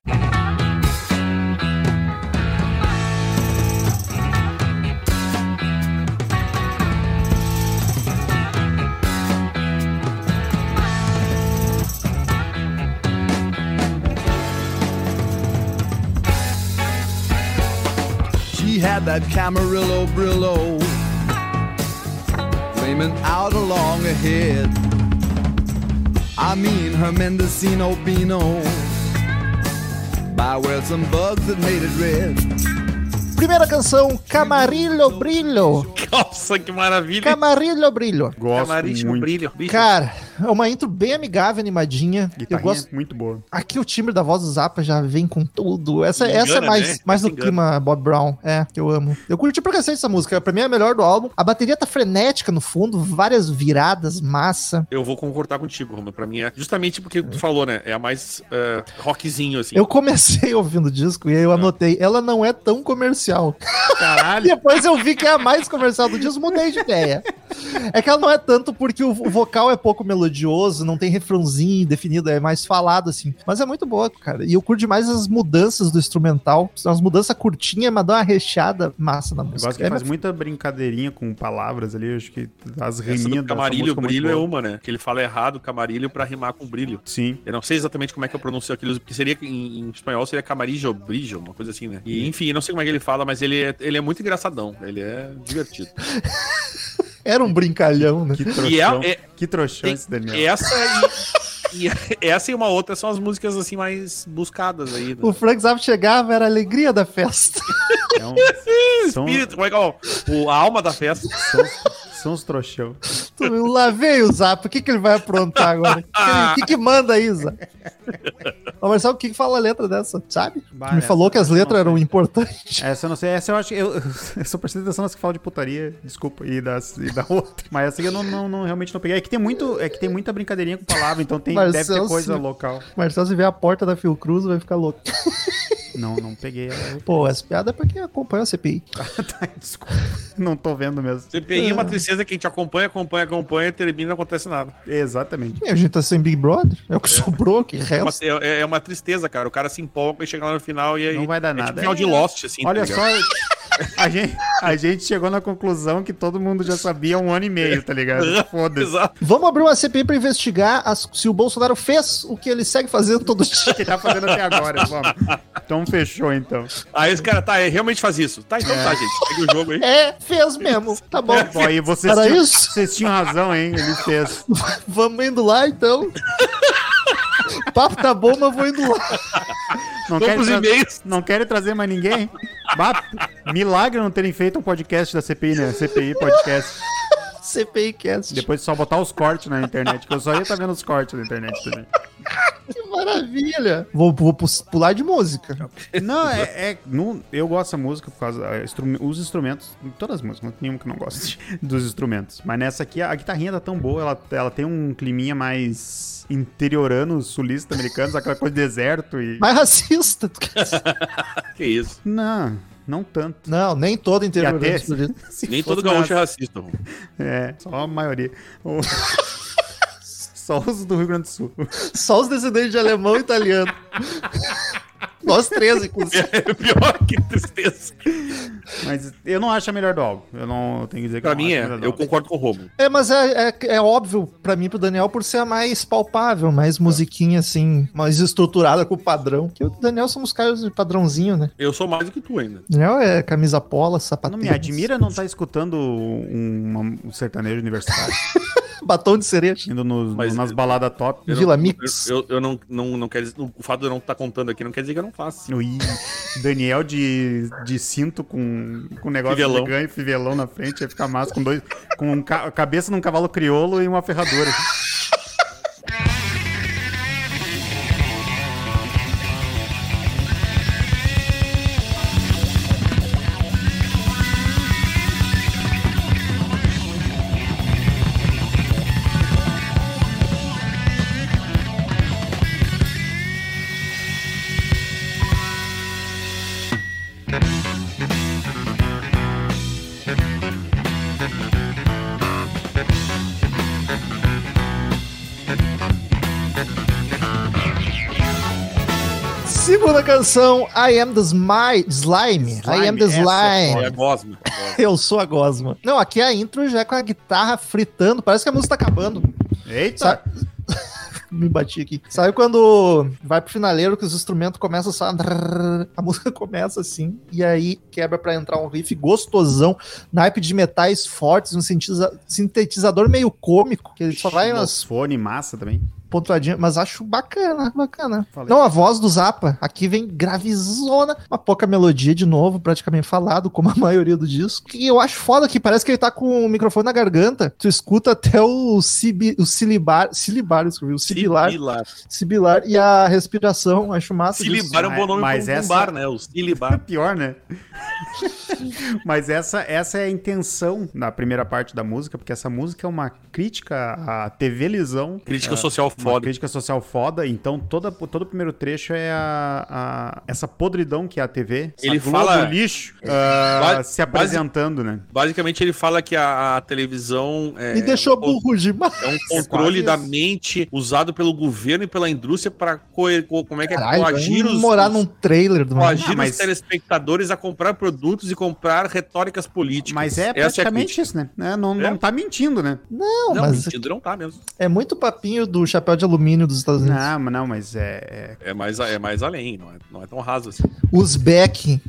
A: She had that Camarillo Brillo flaming out along ahead. I mean her Mendocino Beano by where some bugs had made it red.
B: Primeira canção, Camarillo Brilho.
C: Nossa, que maravilha.
B: Camarillo Brilho.
D: Gosto
C: Camarim
D: muito.
C: brilho. bicho.
B: Cara, é uma intro bem amigável, animadinha. Eu
D: Guitarrinha
B: gosto
D: muito boa.
B: Aqui o timbre da voz do Zappa já vem com tudo. Essa,
C: Engana,
B: essa é mais,
C: né?
B: mais no
C: Engana.
B: clima Bob Brown. É, eu amo. Eu curti pra cacete essa música. Pra mim é a melhor do álbum. A bateria tá frenética no fundo, várias viradas, massa.
C: Eu vou concordar contigo, Romulo. Pra mim é justamente porque tu falou, né? É a mais eh, rockzinho, assim.
B: Eu comecei ouvindo o disco e aí eu anotei. Ela não é tão comercial.
D: Ah. Caralho.
B: Depois eu vi que é a mais comercial do disco, mudei de ideia. É que ela não é tanto porque o o vocal é pouco melodioso, não tem refrãozinho definido, é mais falado, assim. Mas é muito boa, cara. E eu curto demais as mudanças do instrumental. São umas mudanças curtinhas, mas dá uma recheada massa na
D: Eu
B: música.
D: gosto que
B: É,
D: faz
B: mas-
D: muita brincadeirinha com palavras ali, eu acho que as
C: Essa
D: riminhas
C: do
D: dessa
C: camarilho,
D: né? música muito
C: brilho é um-
D: boa.
C: uma, né? Que ele fala errado, camarilho, pra rimar com brilho.
D: Sim.
C: Eu não sei exatamente como é que eu pronuncio aquilo, porque seria em, em espanhol seria camarillo brillo, uma coisa assim, né? E enfim, eu não sei como é que ele fala, mas ele é, ele é muito engraçadão, ele é divertido.
B: Era um brincalhão, né?
D: Que
C: E
D: trouxão.
C: é, é-
D: Que trouxão
C: tem-
D: esse Daniel.
C: essa e, e essa e uma outra são as músicas assim mais buscadas aí. Né?
B: O Frank Zappa chegava, era a alegria da festa.
D: É um- são,
C: Espírito, como é que é o, o- a alma da festa?
D: são, são os trouxão.
B: Tu, Eu lavei o Zappa, o que, que ele vai aprontar agora? O que, que- o que, que manda aí, Zappa? Ô, Marcelo, o que, que fala a letra dessa, sabe?
D: Bah,
B: Tu me
D: essa
B: falou que as
D: eu não
B: letras eram
D: sei.
B: importantes.
D: Essa eu não sei, essa eu acho que. Eu, eu só prestei atenção nas que falam de putaria, desculpa, e, das, e da outra. Mas essa eu não, não- não- realmente não peguei. É que tem muito, é que tem muita brincadeirinha com palavra, então tem,
B: Mas
D: deve ter
B: são
D: coisa
B: sim.
D: local.
B: Marcelo, se ver a porta da Fiocruz, vai ficar louco.
D: Não, não peguei. ela.
B: Pô, essa piada é pra quem acompanha a CPI.
D: Tá, desculpa. Não tô vendo mesmo.
C: CPI é uma tristeza que a gente acompanha, acompanha, acompanha, termina, não acontece nada.
D: Exatamente.
B: E a gente tá sem Big Brother. É o que sobrou, que
C: É uma,
B: resta.
C: é- é uma tristeza, cara. O cara se empolga e chega lá no final e aí.
D: Não vai dar
C: é
D: nada.
C: Tipo final de
D: É.
C: Lost, assim. tá
D: Olha
C: ligado?
D: só, a gente, a gente chegou na conclusão que todo mundo já sabia há um ano e meio, tá ligado? Foda-se.
C: Exato.
B: Vamos abrir uma CPI pra investigar as- se o Bolsonaro fez o que ele segue fazendo todo dia.
D: que tá fazendo até agora, vamos. Então fechou, então.
C: Aí esse cara, tá, ele realmente faz isso. Tá,
D: É.
C: então tá, gente. Segue o jogo aí.
B: É, fez mesmo. Tá bom.
D: Pô, aí vocês,
B: Era
D: tinham,
B: isso?
D: vocês tinham razão, hein? Ele fez.
B: Vamos indo lá, então. O papo tá bom, mas vou indo lá.
D: Não
C: Vamos
D: querem,
C: pros
D: tra-
C: e-mails.
D: não querem trazer mais ninguém? Bah, milagre não terem feito um podcast da CPI, né? CPI podcast.
B: CPI Cast.
D: Depois só botar os cortes na internet, porque eu só ia estar vendo os cortes na internet também.
B: Que maravilha. Vou, vou pus- pular de música.
D: Não, é. é- não- eu gosto da música por causa. é, instru- os instrumentos. Todas as músicas, não tem nenhuma que eu não goste dos instrumentos. Mas nessa aqui, a, guitarrinha tá tão boa, ela, ela tem um climinha mais interiorano, sulista americano, aquela coisa de deserto e.
B: Mais racista. do que-
C: Que isso.
D: Não, não tanto.
B: Não, nem todo
D: E
B: interior.
D: até- se
C: Nem
D: fosse
C: todo gaúcho é
D: nas-
C: racista, mano.
D: É, só
C: um.
D: a maioria. O- Só os do Rio Grande do Sul.
B: Só os descendentes de alemão e italiano. Nós três, inclusive.
C: É pior que tristeza.
D: Mas eu não acho a melhor do álbum. Eu não eu tenho que dizer que
C: Pra
D: eu não
C: mim
D: acho a
C: é.
D: melhor do
C: Eu
D: álbum.
C: concordo com o Romo.
B: É, mas é, é, é óbvio pra mim e pro Daniel por ser a mais palpável, mais musiquinha, assim, mais estruturada com o padrão. Que o Daniel somos caras de padrãozinho, né?
C: Eu sou mais do que tu ainda.
B: O Daniel é camisa pola, sapatinho.
D: Não me admira não estar escutando um, uma- um sertanejo universitário.
B: Batom de cereja.
D: indo nos-
C: Mas-
D: nas baladas top.
C: Eu
B: Vila
C: não,
B: Mix.
C: Eu, eu- eu não, não, não quero dizer- O fato de eu não estar contando aqui não quer dizer que eu não faço.
D: Ui, Daniel de, de cinto com, com negócio
C: Fivelão.
D: de ganho, fivelão na frente, ia ficar massa com dois. Com um ca- cabeça num cavalo crioulo e uma ferradura.
B: Segunda canção, I Am the Smi- Slime. I Am
D: Slime,
B: the
D: essa é
B: Slime.
D: foda.
C: É a gosma.
B: Eu sou a Gosma. Não, aqui a intro já é com a guitarra fritando. Parece que a música tá acabando.
D: Eita!
B: Me bati aqui. Sabe quando vai pro finaleiro que os instrumentos começam só. A música começa assim. E aí quebra pra entrar um riff gostosão. Naipe de metais fortes, um sintetiza- sintetizador meio cômico. Que ele só vai umas
D: fone massa também.
B: pontuadinhas. Mas acho bacana, bacana.
D: Falei.
B: Não, a voz do Zappa. Aqui vem gravezona. Uma pouca melodia de novo, praticamente falado, como a maioria do disco. E eu acho foda que parece que ele tá com o microfone na garganta. Tu escuta até o, cibi, o silibar. Silibar, eu escrevi. O sibilar
C: Silibar.
B: sibilar e a respiração, acho massa. disso.
C: Silibar é um bom nome
D: Mas
C: pra um
D: essa-
C: bar, né? O
D: É
C: Silibar.
D: pior, né? Mas essa, essa é a intenção da primeira parte da música, porque essa música é uma crítica à TV-lisão.
C: Crítica social
D: Uma
C: foda.
D: crítica social foda, então toda, todo o primeiro trecho é a, a- essa podridão que é a TV. essa
C: Ele
D: Globo
C: fala- É.
D: lixo ah,
C: Basi-
D: se apresentando, né?
C: Basicamente, ele fala que a, a televisão é,
B: Me deixou
C: é um con-
B: burro demais.
C: É um controle da
D: isso.
C: mente usado pelo governo e pela indústria para co co- como é que é
B: Caralho,
C: coagir
B: vamos
C: os-
B: morar
C: os-
B: num trailer do
C: coagir
D: Ah, mas-
C: os telespectadores a comprar produtos e comprar retóricas políticas.
D: Mas é
C: Essa a
D: praticamente isso, né? É, não, não
C: É.
D: tá mentindo, né?
B: Não,
C: Não,
B: mas
C: mentindo, não tá mesmo.
B: é muito papinho do chapéu de alumínio dos Estados Unidos.
D: Não, mas não, mas é. é-
C: É mais, é mais além, não é, não é tão raso assim.
B: Uzbek.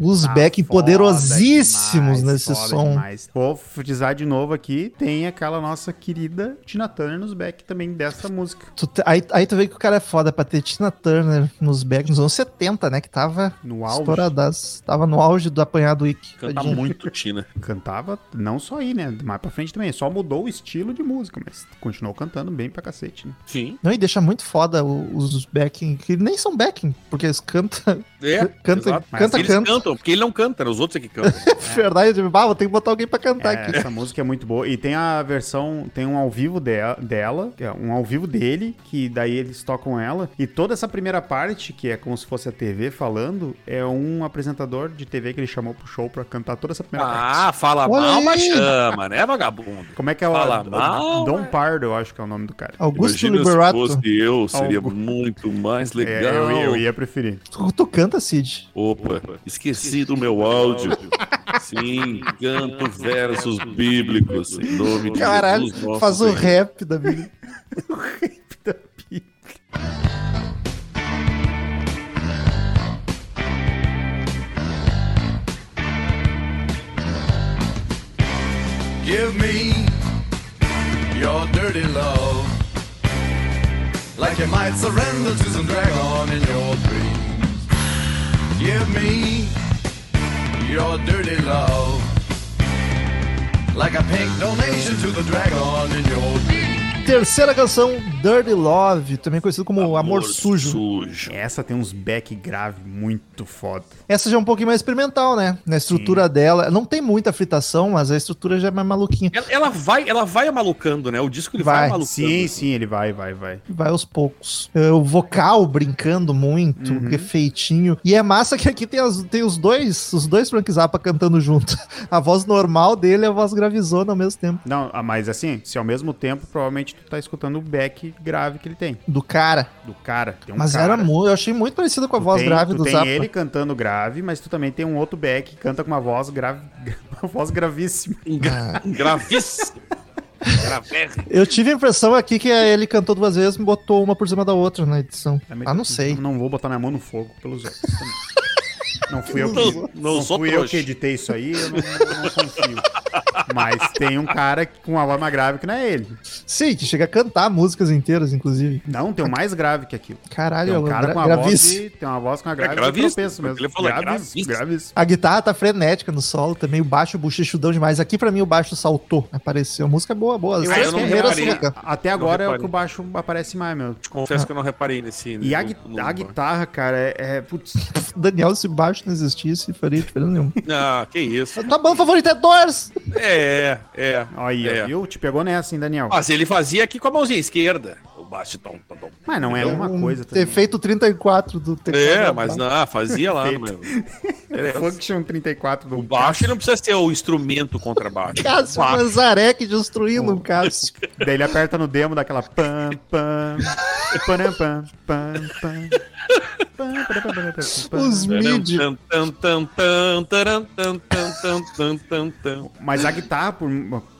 B: Uzbek
D: Tá Ah, foda
B: poderosíssimos
D: demais,
B: nesse
D: foda
B: som.
D: demais. Vou frisar de novo aqui: tem aquela nossa querida Tina Turner nos back também dessa música.
B: Tu te- aí, aí tu vê que o cara é foda pra ter Tina Turner nos back nos anos 70, né? Que tava
D: No auge.
B: estouradaço. Tava no auge do apanhado Wiki.
C: Canta muito, Tina.
D: Cantava não só aí, né? Mais pra frente também. Só mudou o estilo de música, mas continuou cantando bem pra cacete, né?
C: Sim.
B: Não, e deixa muito foda o- os backing, que nem são backing, porque eles cantam.
C: É,
B: Canta-
C: exato.
B: canta,
C: eles
B: canta.
C: cantam, porque ele não canta, né? os outros é que cantam.
B: É verdade, eu digo, bah, vou ter que botar alguém pra cantar
D: É,
B: Tá aqui.
D: Essa música é muito boa. E tem a versão, tem um ao vivo dela, dela, que é um ao vivo dele, que daí eles tocam ela. E toda essa primeira parte, que é como se fosse a TV falando, é um apresentador de TV que ele chamou pro show pra cantar toda essa primeira parte.
C: ah, fala
B: Olha
C: mal, mas
B: aí.
C: chama, né, vagabundo?
D: Como é que é o.
C: Fala
D: o-
C: mal,
D: Dom
C: né?
D: Pardo, eu acho que é o nome do cara.
B: Augusto
E: Imagina se
B: Liberato.
E: fosse eu, seria
D: Algo-
E: muito mais
D: É,
E: legal.
D: eu, eu ia preferir.
B: Tu, tu canta, Cid.
E: Opa, esqueci do meu áudio. Sim, canto versos bíblicos. Em nome de
B: Caralho,
E: Jesus, nosso
B: faz o
E: Senhor.
B: rap da vida.
A: Give me your dirty love. Like you might surrender to some dragon in your dreams. Give me your dirty love. Like a pink donation to the dragon in your dreams.
B: Terceira canção, Dirty Love, também conhecido como Amor, Sujo.
E: Sujo.
D: Essa tem uns back grave muito foda.
B: Essa já é um pouquinho mais experimental, né? Na estrutura dela. Não tem muita fritação, mas a estrutura já é mais maluquinha.
C: Ela, ela vai, ela vai amalucando, né? O disco ele vai,
B: Vai,
C: amalucando.
D: Sim, sim, ele vai, vai, vai.
B: Vai aos poucos. É, O vocal brincando muito,
D: Uhum.
B: perfeitinho. E é massa que aqui tem, as- tem os dois, os dois Frank Zappa cantando junto. A voz normal dele e a voz gravizona ao mesmo tempo.
D: Não, ah, mas assim, se ao mesmo tempo, provavelmente tu tá escutando o back grave que ele tem.
B: Do cara.
D: Do cara. Tem um
B: mas
D: cara.
B: era muito. Eu achei muito parecido com a
D: Tu
B: voz
D: tem-
B: grave
D: tu
B: do
D: tem
B: Zappa.
D: ele cantando grave, mas tu também tem um outro back que canta com uma voz grave, uma voz gravíssima.
C: Gra- Gravíssimo. Gravíssimo.
B: Eu tive a impressão aqui que ele cantou duas vezes e botou uma por cima da outra na edição.
D: É
B: Ah, não sei.
D: Não, vou botar minha mão no fogo pelos outros. também. Não fui eu que,
C: Não,
D: não
C: não sou
D: fui eu
C: trouxa.
D: que editei isso aí, eu não, eu não confio. Mas tem um cara com uma voz mais grave que não é ele.
B: Sim, que chega a cantar músicas inteiras, inclusive.
D: Não, tem um mais grave que aquilo. Tem
B: Caralho, é
D: um cara
B: gra-
D: com uma voz
B: gravíssimo.
D: de, tem uma voz com uma grave
C: É gravíssimo,
D: penso
C: porque
D: mesmo.
C: ele falou, é
D: gravíssimo,
C: gravíssimo.
D: gravíssimo.
B: A guitarra tá frenética no solo também, o baixo bochechudão demais. Aqui pra mim o baixo saltou, apareceu. A música é boa, boa. As
C: Eu acho
B: três
C: que é
B: primeiras
C: reparei.
B: ficam.
D: Até
C: Não
D: agora é o
C: reparei.
D: que o baixo aparece mais, meu.
C: Confesso que eu não reparei nesse.
D: E a,
C: no-
D: gui-
C: no-
D: a guitarra, cara, é. é- putz,
B: Daniel, se o baixo não existisse, faria diferença nenhuma.
C: Ah, que isso.
B: Tá bom, favorito é Doors!
C: É, é.
D: Aí, ó,
C: é. Ah,
D: viu? Te pegou nessa, hein, Daniel?
C: Mas ele fazia aqui com a mãozinha esquerda. O baixo tom, tom, tom.
D: Mas não é uma coisa
B: Ter
D: também.
B: feito 34 do teclado.
C: É, mas não, fazia lá. Meu.
D: Function 34 do
C: O baixo ele não precisa ser o instrumento contrabaixo.
B: Cássio Manzarek destruindo o Cássio.
D: Daí ele aperta no demo daquela pam, pam, param, pam, pam, pam, pam, param, pam, param, pam, pam.
B: Os mid.
C: Tan, tan, tan, tan, taran, tan, tan, tan, tan, tan, tan.
D: Mas a guitarra, por,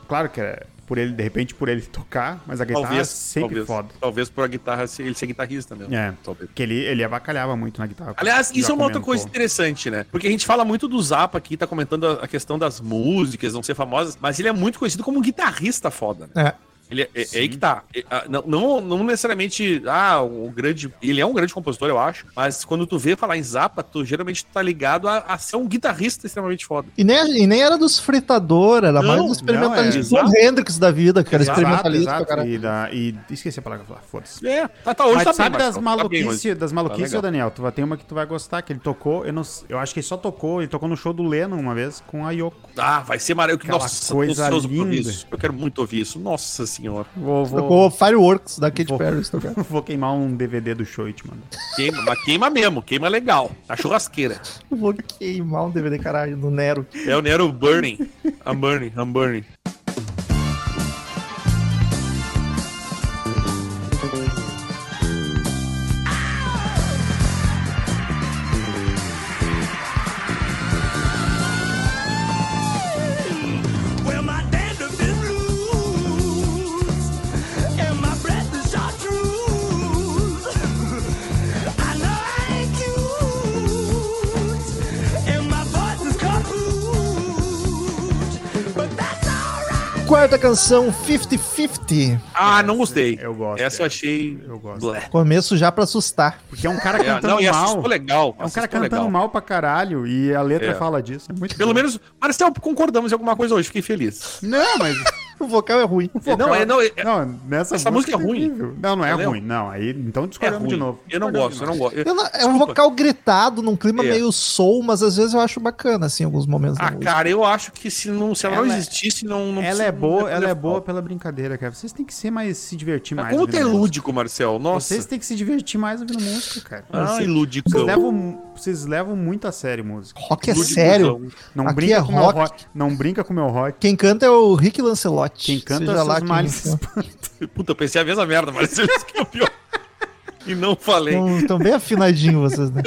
D: claro que é por ele, de repente, por ele tocar, mas a guitarra é
C: Talvez,
D: sempre
C: talvez,
D: foda.
C: talvez por a guitarra ser- ele ser guitarrista mesmo.
D: É,
C: Talvez.
D: porque ele, ele avacalhava muito na guitarra.
C: Aliás,
D: Já
C: isso é uma outra
D: comentou.
C: coisa interessante, né? Porque a gente fala muito do Zappa aqui, tá comentando a a questão das músicas, não ser famosas, mas ele é muito conhecido como um guitarrista foda, né?
B: É.
C: Ele é, é- é aí que tá. É, ah, não, não, não necessariamente, ah, o grande. Ele é um grande compositor, eu acho. Mas quando tu vê falar em Zappa, tu geralmente tá ligado a, a ser um guitarrista extremamente foda.
B: E nem, e nem era dos fritador, era
C: Não,
B: mais dos
D: não,
B: experimentalistas.
C: é,
B: Jimi Hendrix da vida, cara.
C: Exato,
B: experimentalista,
D: Exato,
B: cara.
D: exato. E, da, e esqueci a palavra que eu ia falar, foda-se.
C: É, tá, tá hoje
D: Mas
C: tá
D: sabe
C: bem,
D: das
C: Marcão, tá bem
D: maluquices,
C: hoje.
D: das maluquices,
C: legal.
D: Daniel? Tu vai ter uma que tu vai gostar, que ele tocou, eu, não, s- eu acho que ele só tocou, ele tocou no show do Lennon uma vez com a Yoko.
C: Ah, vai ser maravilhoso.
D: Aquela
C: Nossa, tô
D: coisa
C: ansioso por
D: linda.
C: isso. Eu quero muito ouvir isso. Nossa senhora.
D: Vou, vou,
B: Tocou Fireworks da Katy
D: Vou.
B: Perry. tá tocar.
D: vou queimar um DVD do Shoit, mano.
C: Queima, mas queima mesmo, queima legal. A churrasqueira.
B: Eu Vou queimar um DVD, caralho, do Nero.
C: É o Nero Burning. I'm burning, I'm burning.
F: Well, my dandruff is loose, and my breath is chartreuse. I know I ain't cute, and my voice is confused, but that's alright.
B: Quarta canção, 50-50.
C: Ah, não gostei.
D: É, Eu gosto,
C: Essa eu
D: é.
C: achei.
D: Eu gosto.
C: Blé.
B: Começo já pra assustar.
D: Porque é um cara
C: É,
D: cantando
C: não, e
D: mal.
C: assustou legal.
D: É um cara
C: assustou
D: cantando
C: legal.
D: mal pra caralho e a letra
C: É.
D: fala disso. É muito
C: Pelo
D: bom.
C: menos, Marcel, concordamos em alguma coisa hoje, fiquei feliz.
D: Não, mas.
B: O vocal é ruim.
C: não, é, não, é, é-
D: Não, nessa
C: Essa música é ruim.
D: terrível. Não, não é
C: Entendeu?
D: ruim. Não, aí então
C: é
D: discordamos
C: ruim.
D: de novo.
C: Eu não gosto,
D: Discordamos de
C: eu não
D: novo.
C: gosto. Eu-
B: Eu não- é um vocal gritado, num clima
C: É.
B: meio soul, mas às vezes eu acho bacana, assim, em alguns momentos. da
C: Ah,
B: música.
C: cara, eu acho que se, não, se ela, não
D: Ela é-
C: existisse, não, não
D: Ela
C: precisa-
D: é boa,
C: não
D: ela é
C: falar.
D: boa pela brincadeira, cara. Vocês têm que ser mais se divertir
C: Mas
D: mais.
C: Como tu
D: ouvindo
C: é
D: música.
C: lúdico, Marcel? Nossa. Ah,
D: Vocês têm que se divertir mais ouvindo música, cara.
C: Ai,
D: vocês,
C: ludicão.
D: vocês levam, vocês levam muito a sério música.
B: Rock é
C: Ludicuzão.
B: sério.
D: Não
B: Aqui
D: brinca
B: é
D: com o meu
B: rock.
D: rock. Não brinca com o meu rock.
B: Quem canta é o Rick Lancelotti.
D: Quem canta é
B: Seja
D: essas
B: lá
D: males
B: quem-
C: Puta, eu pensei a mesma merda, Marcel. Isso que é o pior. E não falei.
B: Estão tão bem afinadinhos vocês, né?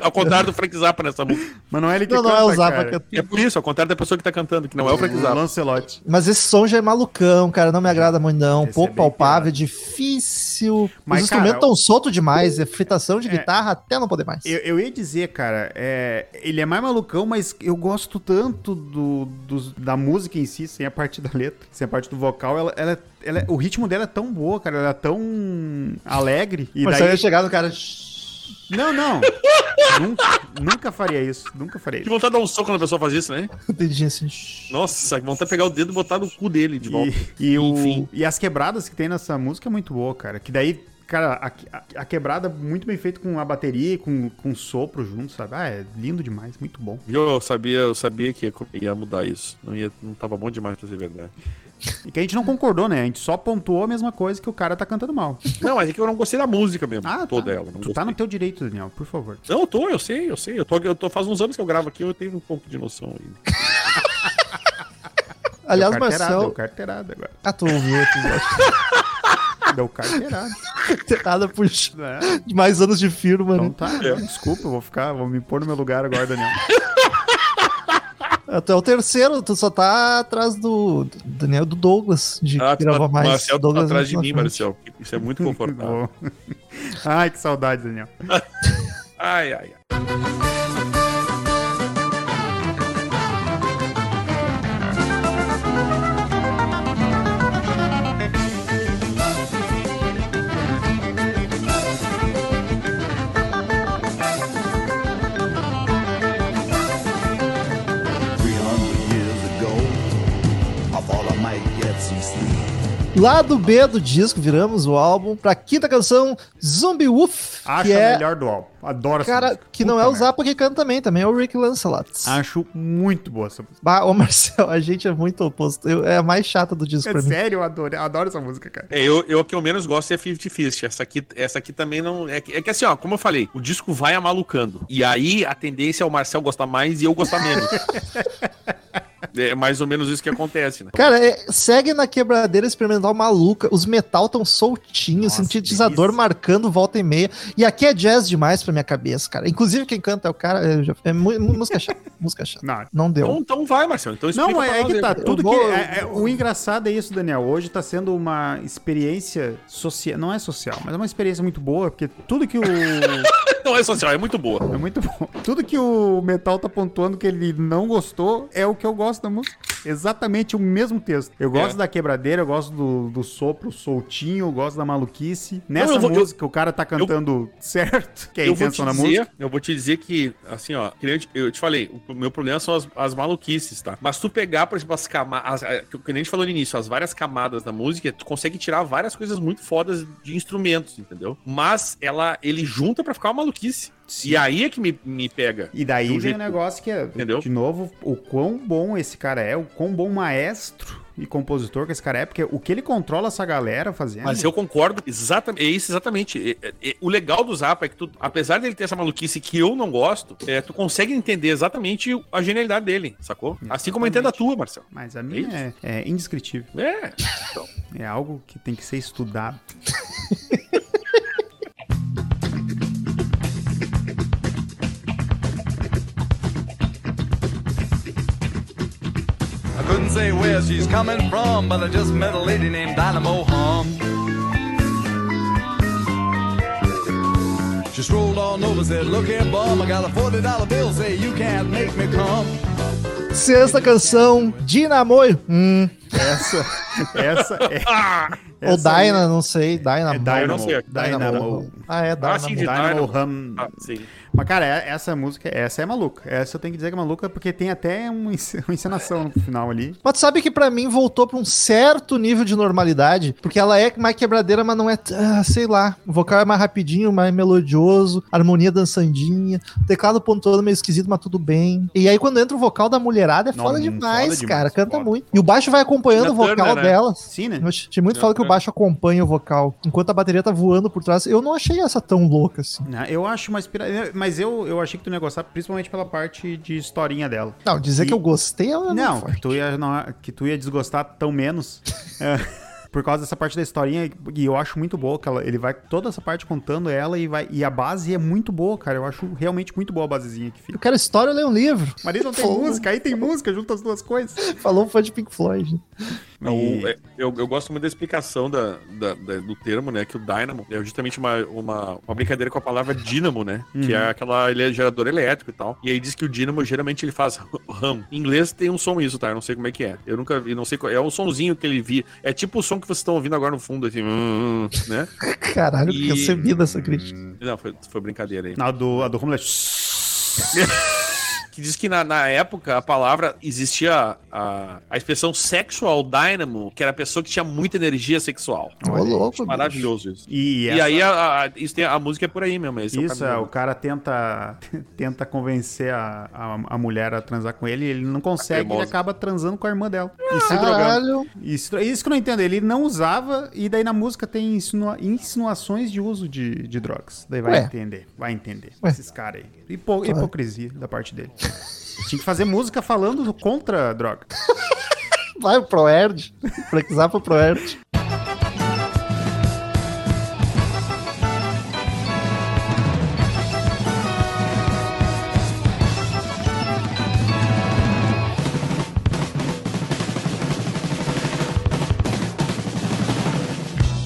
C: Ao contrário do Frank Zappa nessa música.
D: Mas não é ele que
B: Não, não
D: canta,
B: é o Zappa
D: cara.
B: que eu-
C: É por isso, ao contrário da pessoa que tá cantando, que não é o Frank
D: O
C: Zappa.
D: Lancelote.
B: Mas esse som já é malucão, cara. Não me agrada muito, não.
D: Esse é
B: Pouco
D: bem
B: palpável,
D: pior.
B: difícil.
D: Mas,
B: Os instrumentos
D: cara,
B: estão soltos demais. É fritação de
D: É.
B: guitarra até não poder mais.
D: Eu, eu ia dizer, cara, é, ele é mais malucão, mas eu gosto tanto do, dos- da música em si, sem a parte da letra, sem a parte do vocal. Ela, ela, ela- o ritmo dela é tão boa, cara, ela é tão alegre. E
B: Mas se eu ia
D: daí...
B: chegar no cara.
D: Não, não. nunca, nunca faria isso. Nunca faria
C: Que
D: isso.
C: vontade de dar um soco quando a pessoa faz isso, né?
B: Dedinho assim. shh.
C: Nossa, que vontade de pegar o dedo e botar no cu dele de volta.
D: E, e,
C: Enfim.
D: o, e as quebradas que tem nessa música é muito boa, cara. Que daí, cara, a, a- a quebrada muito bem feita com a bateria e com, com sopro junto, sabe? Ah, é lindo demais, muito bom.
C: Eu sabia, eu sabia que ia, ia mudar isso. Não, ia, não tava bom demais pra ser verdade.
D: E que a gente não concordou, né? A gente só pontuou a mesma coisa que o cara tá cantando mal.
C: Não, mas é que eu não gostei da música mesmo.
D: Ah,
C: toda
D: tá.
C: ela. Não,
D: Tu tá no
C: gostei.
D: teu direito, Daniel, por favor.
C: não, eu tô, eu sei, eu sei. Eu tô, eu tô faz uns anos que eu gravo aqui, eu tenho um pouco de noção ainda.
B: Aliás,
D: Deu carteirada,
B: Marcel.
D: Deu carteirada agora.
B: Ah, tu ouviu o episódio.
D: Deu carteirada.
B: Nada puxa.
D: né?
B: De mais anos de firma,
D: Então
B: né?
D: tá,
C: É.
D: não, desculpa, eu vou ficar, vou me pôr no meu lugar agora, Daniel.
B: Até o terceiro, tu só tá atrás do do Daniel do Douglas. De
C: Ah,
B: ah,
C: tu
B: gravar
C: tá,
B: mais.
C: Marcel tá
B: Douglas
C: atrás de
B: na
C: mim,
B: frente.
C: Marcel. Isso é muito confortável.
D: Vou. Ai, que saudade, Daniel.
C: ai, ai, ai.
B: Lá do B do disco, viramos o álbum pra quinta canção, Zombie Wolf.
D: Acho
B: que
D: a
B: é,
D: melhor do álbum. Adoro essa
B: cara,
D: música.
B: que não
D: Puta Ah.
B: é o
D: merda.
B: Zappa que canta também, também é o Rick Lancelot.
D: Acho muito boa essa música.
B: Bah, ô Marcel, a gente é muito oposto. Eu- é a mais chata do disco
D: É
B: pra mim.
D: sério, eu adoro, eu adoro essa música, cara.
C: É, eu, eu a que eu menos gosto é 50 Fist. Essa aqui, essa aqui também não. É, que- é que assim, ó, como eu falei, o disco vai amalucando. E aí a tendência é o Marcel gostar mais e eu gostar menos. é mais ou menos isso que acontece, né?
B: Cara, é- segue na quebradeira experimental maluca. Os metal tão soltinhos,
D: Nossa,
B: sintetizador
D: delícia.
B: marcando volta e meia. E aqui é jazz demais pra minha cabeça, cara. Inclusive, quem canta é o cara. É, já- é mu- mu- música chata. música chata.
D: Não,
B: Não
C: Então,
B: deu.
C: então vai, Marcel. Então explica
D: Não,
C: pra
D: é, é
C: nós
D: que
C: aí.
D: tá.
B: eu
D: Tudo
B: vou-
D: que. é- é- o engraçado é isso, Daniel. Hoje tá sendo uma experiência social. Não é social, mas é uma experiência muito boa, porque tudo que o. é
C: Não é social, é muito boa.
D: muito bom. Tudo que o Metal tá pontuando que ele não gostou é o que eu gosto da música. Exatamente o mesmo texto. Eu gosto
C: É.
D: da quebradeira, eu gosto do, do sopro soltinho, eu gosto da maluquice. Nessa
C: eu vou- eu-
D: música, o cara tá cantando certo, que é a
C: eu, vou
D: intenção
C: te
D: da música.
C: dizer, eu vou te dizer que, assim, ó, que nem eu te- eu te falei, o meu problema são as, as maluquices, tá? Mas tu pegar, por exemplo, as camadas, que nem a gente falou no início, as várias camadas da música, tu consegue tirar várias coisas muito fodas de instrumentos, entendeu? Mas ela, ele junta pra ficar uma maluquice. E aí é que me, me pega.
D: E
C: De um
D: daí vem
C: jeito-
D: o negócio que é,
C: Entendeu?
D: de novo, o quão bom esse cara é, o quão bom maestro e compositor que esse cara é, porque o que ele controla essa galera fazendo.
C: Mas eu concordo, exatamente, é isso exatamente. É- é- é- o legal do Zappa é que tu, apesar dele ter essa maluquice que eu não gosto, é, tu consegue entender exatamente a genialidade dele, sacou? Assim como eu entendo a tua, Marcelo.
D: Mas a minha é, é indescritível.
C: É.
D: É algo que tem que ser estudado.
A: I couldn't say where she's coming from, but I just met a lady named Dynamo Hum. She strolled on over, said, Look here, bum, I got a $40 bill, say, You can't make me come.
B: Sexta é canção, Dinamoio. Hum,
D: Essa, essa é.
B: ou
D: essa é-
B: Dyna, não sei. Dynamo.
D: É Dynamo.
C: Eu não sei.
D: Dynamo.
B: Ah, é, Dynamo.
C: Ah, sim, de
D: Dynamo
C: Dynamo.
D: Hum.
C: Ah, sim.
D: Mas, cara, é- essa música, essa é maluca. Essa eu tenho que dizer que é maluca, porque tem até um ence- uma encenação no final ali.
B: Mas tu sabe que pra mim voltou pra um certo nível de normalidade, porque ela é mais quebradeira, mas não é, t- ah, sei lá, o vocal é mais rapidinho, mais melodioso, harmonia dançandinha, teclado pontuando meio esquisito, mas tudo bem. E aí quando entra o vocal da mulherada é
D: Não,
B: foda
D: não,
B: demais,
D: foda
B: cara,
D: demais,
B: canta
D: foda.
B: muito. E o baixo vai acompanhando
C: Tina
B: o vocal
C: Turner, né?
B: dela.
D: Sim, né?
B: Eu tinha muito falado que o baixo acompanha o vocal, enquanto a bateria tá voando por trás. Eu não achei essa tão louca assim.
D: Não, Né? Eu acho uma inspiração. Mas eu, eu achei que tu não ia gostar, principalmente pela parte de historinha dela.
B: Não, dizer
D: E-
B: que eu gostei, é ela
D: Não,
B: foi.
D: que tu ia, não, que tu ia desgostar tão menos. é, Por causa dessa parte da historinha, e eu acho muito boa, que ela, ele vai toda essa parte contando ela e vai. E a base é muito boa, cara. Eu acho realmente muito boa a basezinha que
B: Eu
D: fica.
B: quero história, eu leio um livro.
D: Mas aí não tem
B: Falou.
D: música, aí tem música, junta as duas coisas.
B: Falou um fã de Pink Floyd.
C: Não,
D: E-
C: o- é, eu, eu gosto muito da explicação da, da- da- do termo, né? Que o Dynamo é justamente uma, uma, uma brincadeira com a palavra dínamo, né? Que é aquela ele é gerador elétrico e tal. E aí diz que o dínamo geralmente ele faz ram. Em inglês tem um som isso, tá? Eu não sei como é que é. Eu nunca vi, não sei qual. É um sonzinho que ele vi. É tipo o som que vocês estão ouvindo agora no fundo, assim, hum, né?
B: Caralho,
C: E-
B: recebi dessa crítica.
C: Não, foi, foi brincadeira aí.
D: A do, a do Homeland.
C: que diz que na, na época a palavra existia a, a expressão sexual dynamo, que era a pessoa que tinha muita energia sexual.
B: Ô, louco, bicho.
C: Maravilhoso isso.
D: E,
C: E
D: essa-
C: aí a, a- isso tem- a música é por aí mesmo. Esse
D: Isso, é,
C: caminho.
D: o cara tenta, tenta convencer a, a, a mulher a transar com ele, ele não consegue, ele
C: cremosa.
D: acaba transando com a irmã dela. E se drogando.
B: Caralho.
D: Isso, isso que eu não entendo, ele não usava, e daí na música tem insinua- insinuações de uso de, de drogas. Daí vai
B: Ué.
D: entender, vai entender.
B: Ué.
D: Esses caras aí. Hipo- hipocrisia da parte dele. Tinha que fazer música falando contra a droga.
B: Vai pro Proerd. Precisar pro Proerd.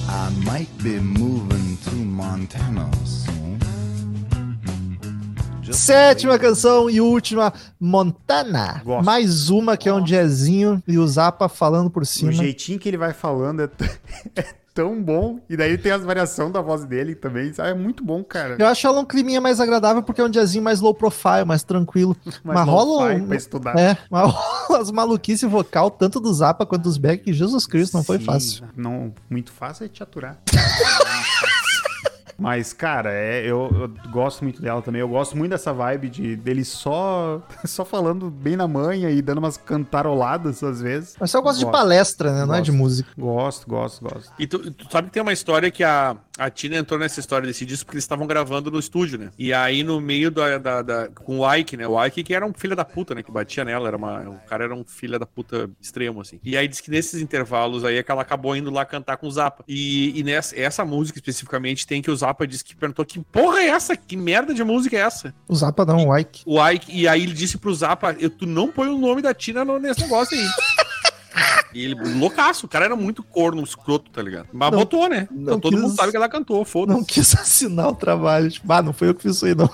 A: I might be moving to Montana soon.
B: Sétima canção e última, Montana.
D: Gosto.
B: Mais uma que é um jazzinho e o Zapa falando por
D: O
B: cima.
D: jeitinho que ele vai falando é, t- é tão bom. E daí tem as variações da voz dele também. sabe? É muito bom, cara.
B: Eu acho ela um climinha mais agradável porque é um jazzinho mais low profile, mais tranquilo.
D: Mas
B: Mas rola
D: lo-fi
B: um-
D: pra estudar.
B: É, mas rola as maluquices vocal, tanto do Zapa quanto dos Beck. Jesus Cristo, não foi
D: Sim, ah,
B: fácil.
D: Não, muito fácil é te aturar. Mas, cara, é, eu, eu gosto muito dela também. Eu gosto muito dessa vibe de dele só, só falando bem na manha e dando umas cantaroladas às vezes.
B: Mas só gosto de
D: Gosto.
B: palestra, né? Não é de
D: Gosto.
B: música.
D: Gosto, gosto, gosto.
C: E tu, tu sabe que tem uma história que a, a Tina entrou nessa história desse disco porque eles estavam gravando no estúdio, né? E aí no meio da, da, da- com o Ike, né? O Ike que era um filho da puta, né? Que batia nela, era uma, o cara era um filho da puta extremo, assim. E aí diz que nesses intervalos aí é que ela acabou indo lá cantar com o Zappa. E, e nessa essa música especificamente tem que o Zappa disse que perguntou que porra é essa? Que merda de música é essa?
B: O Zapa não, o Ike.
C: O Ike, e aí ele disse pro Zappa, eu, tu não põe o nome da Tina no- nesse negócio aí. E ele, loucaço, o cara era muito corno, escroto, tá ligado? Mas
B: Não-
C: botou, né?
B: não
C: Então todo
B: quis-
C: mundo sabe que ela cantou,
B: Não
C: foda-se.
B: quis assinar o trabalho. Tipo, ah, não foi eu que fiz isso aí, não.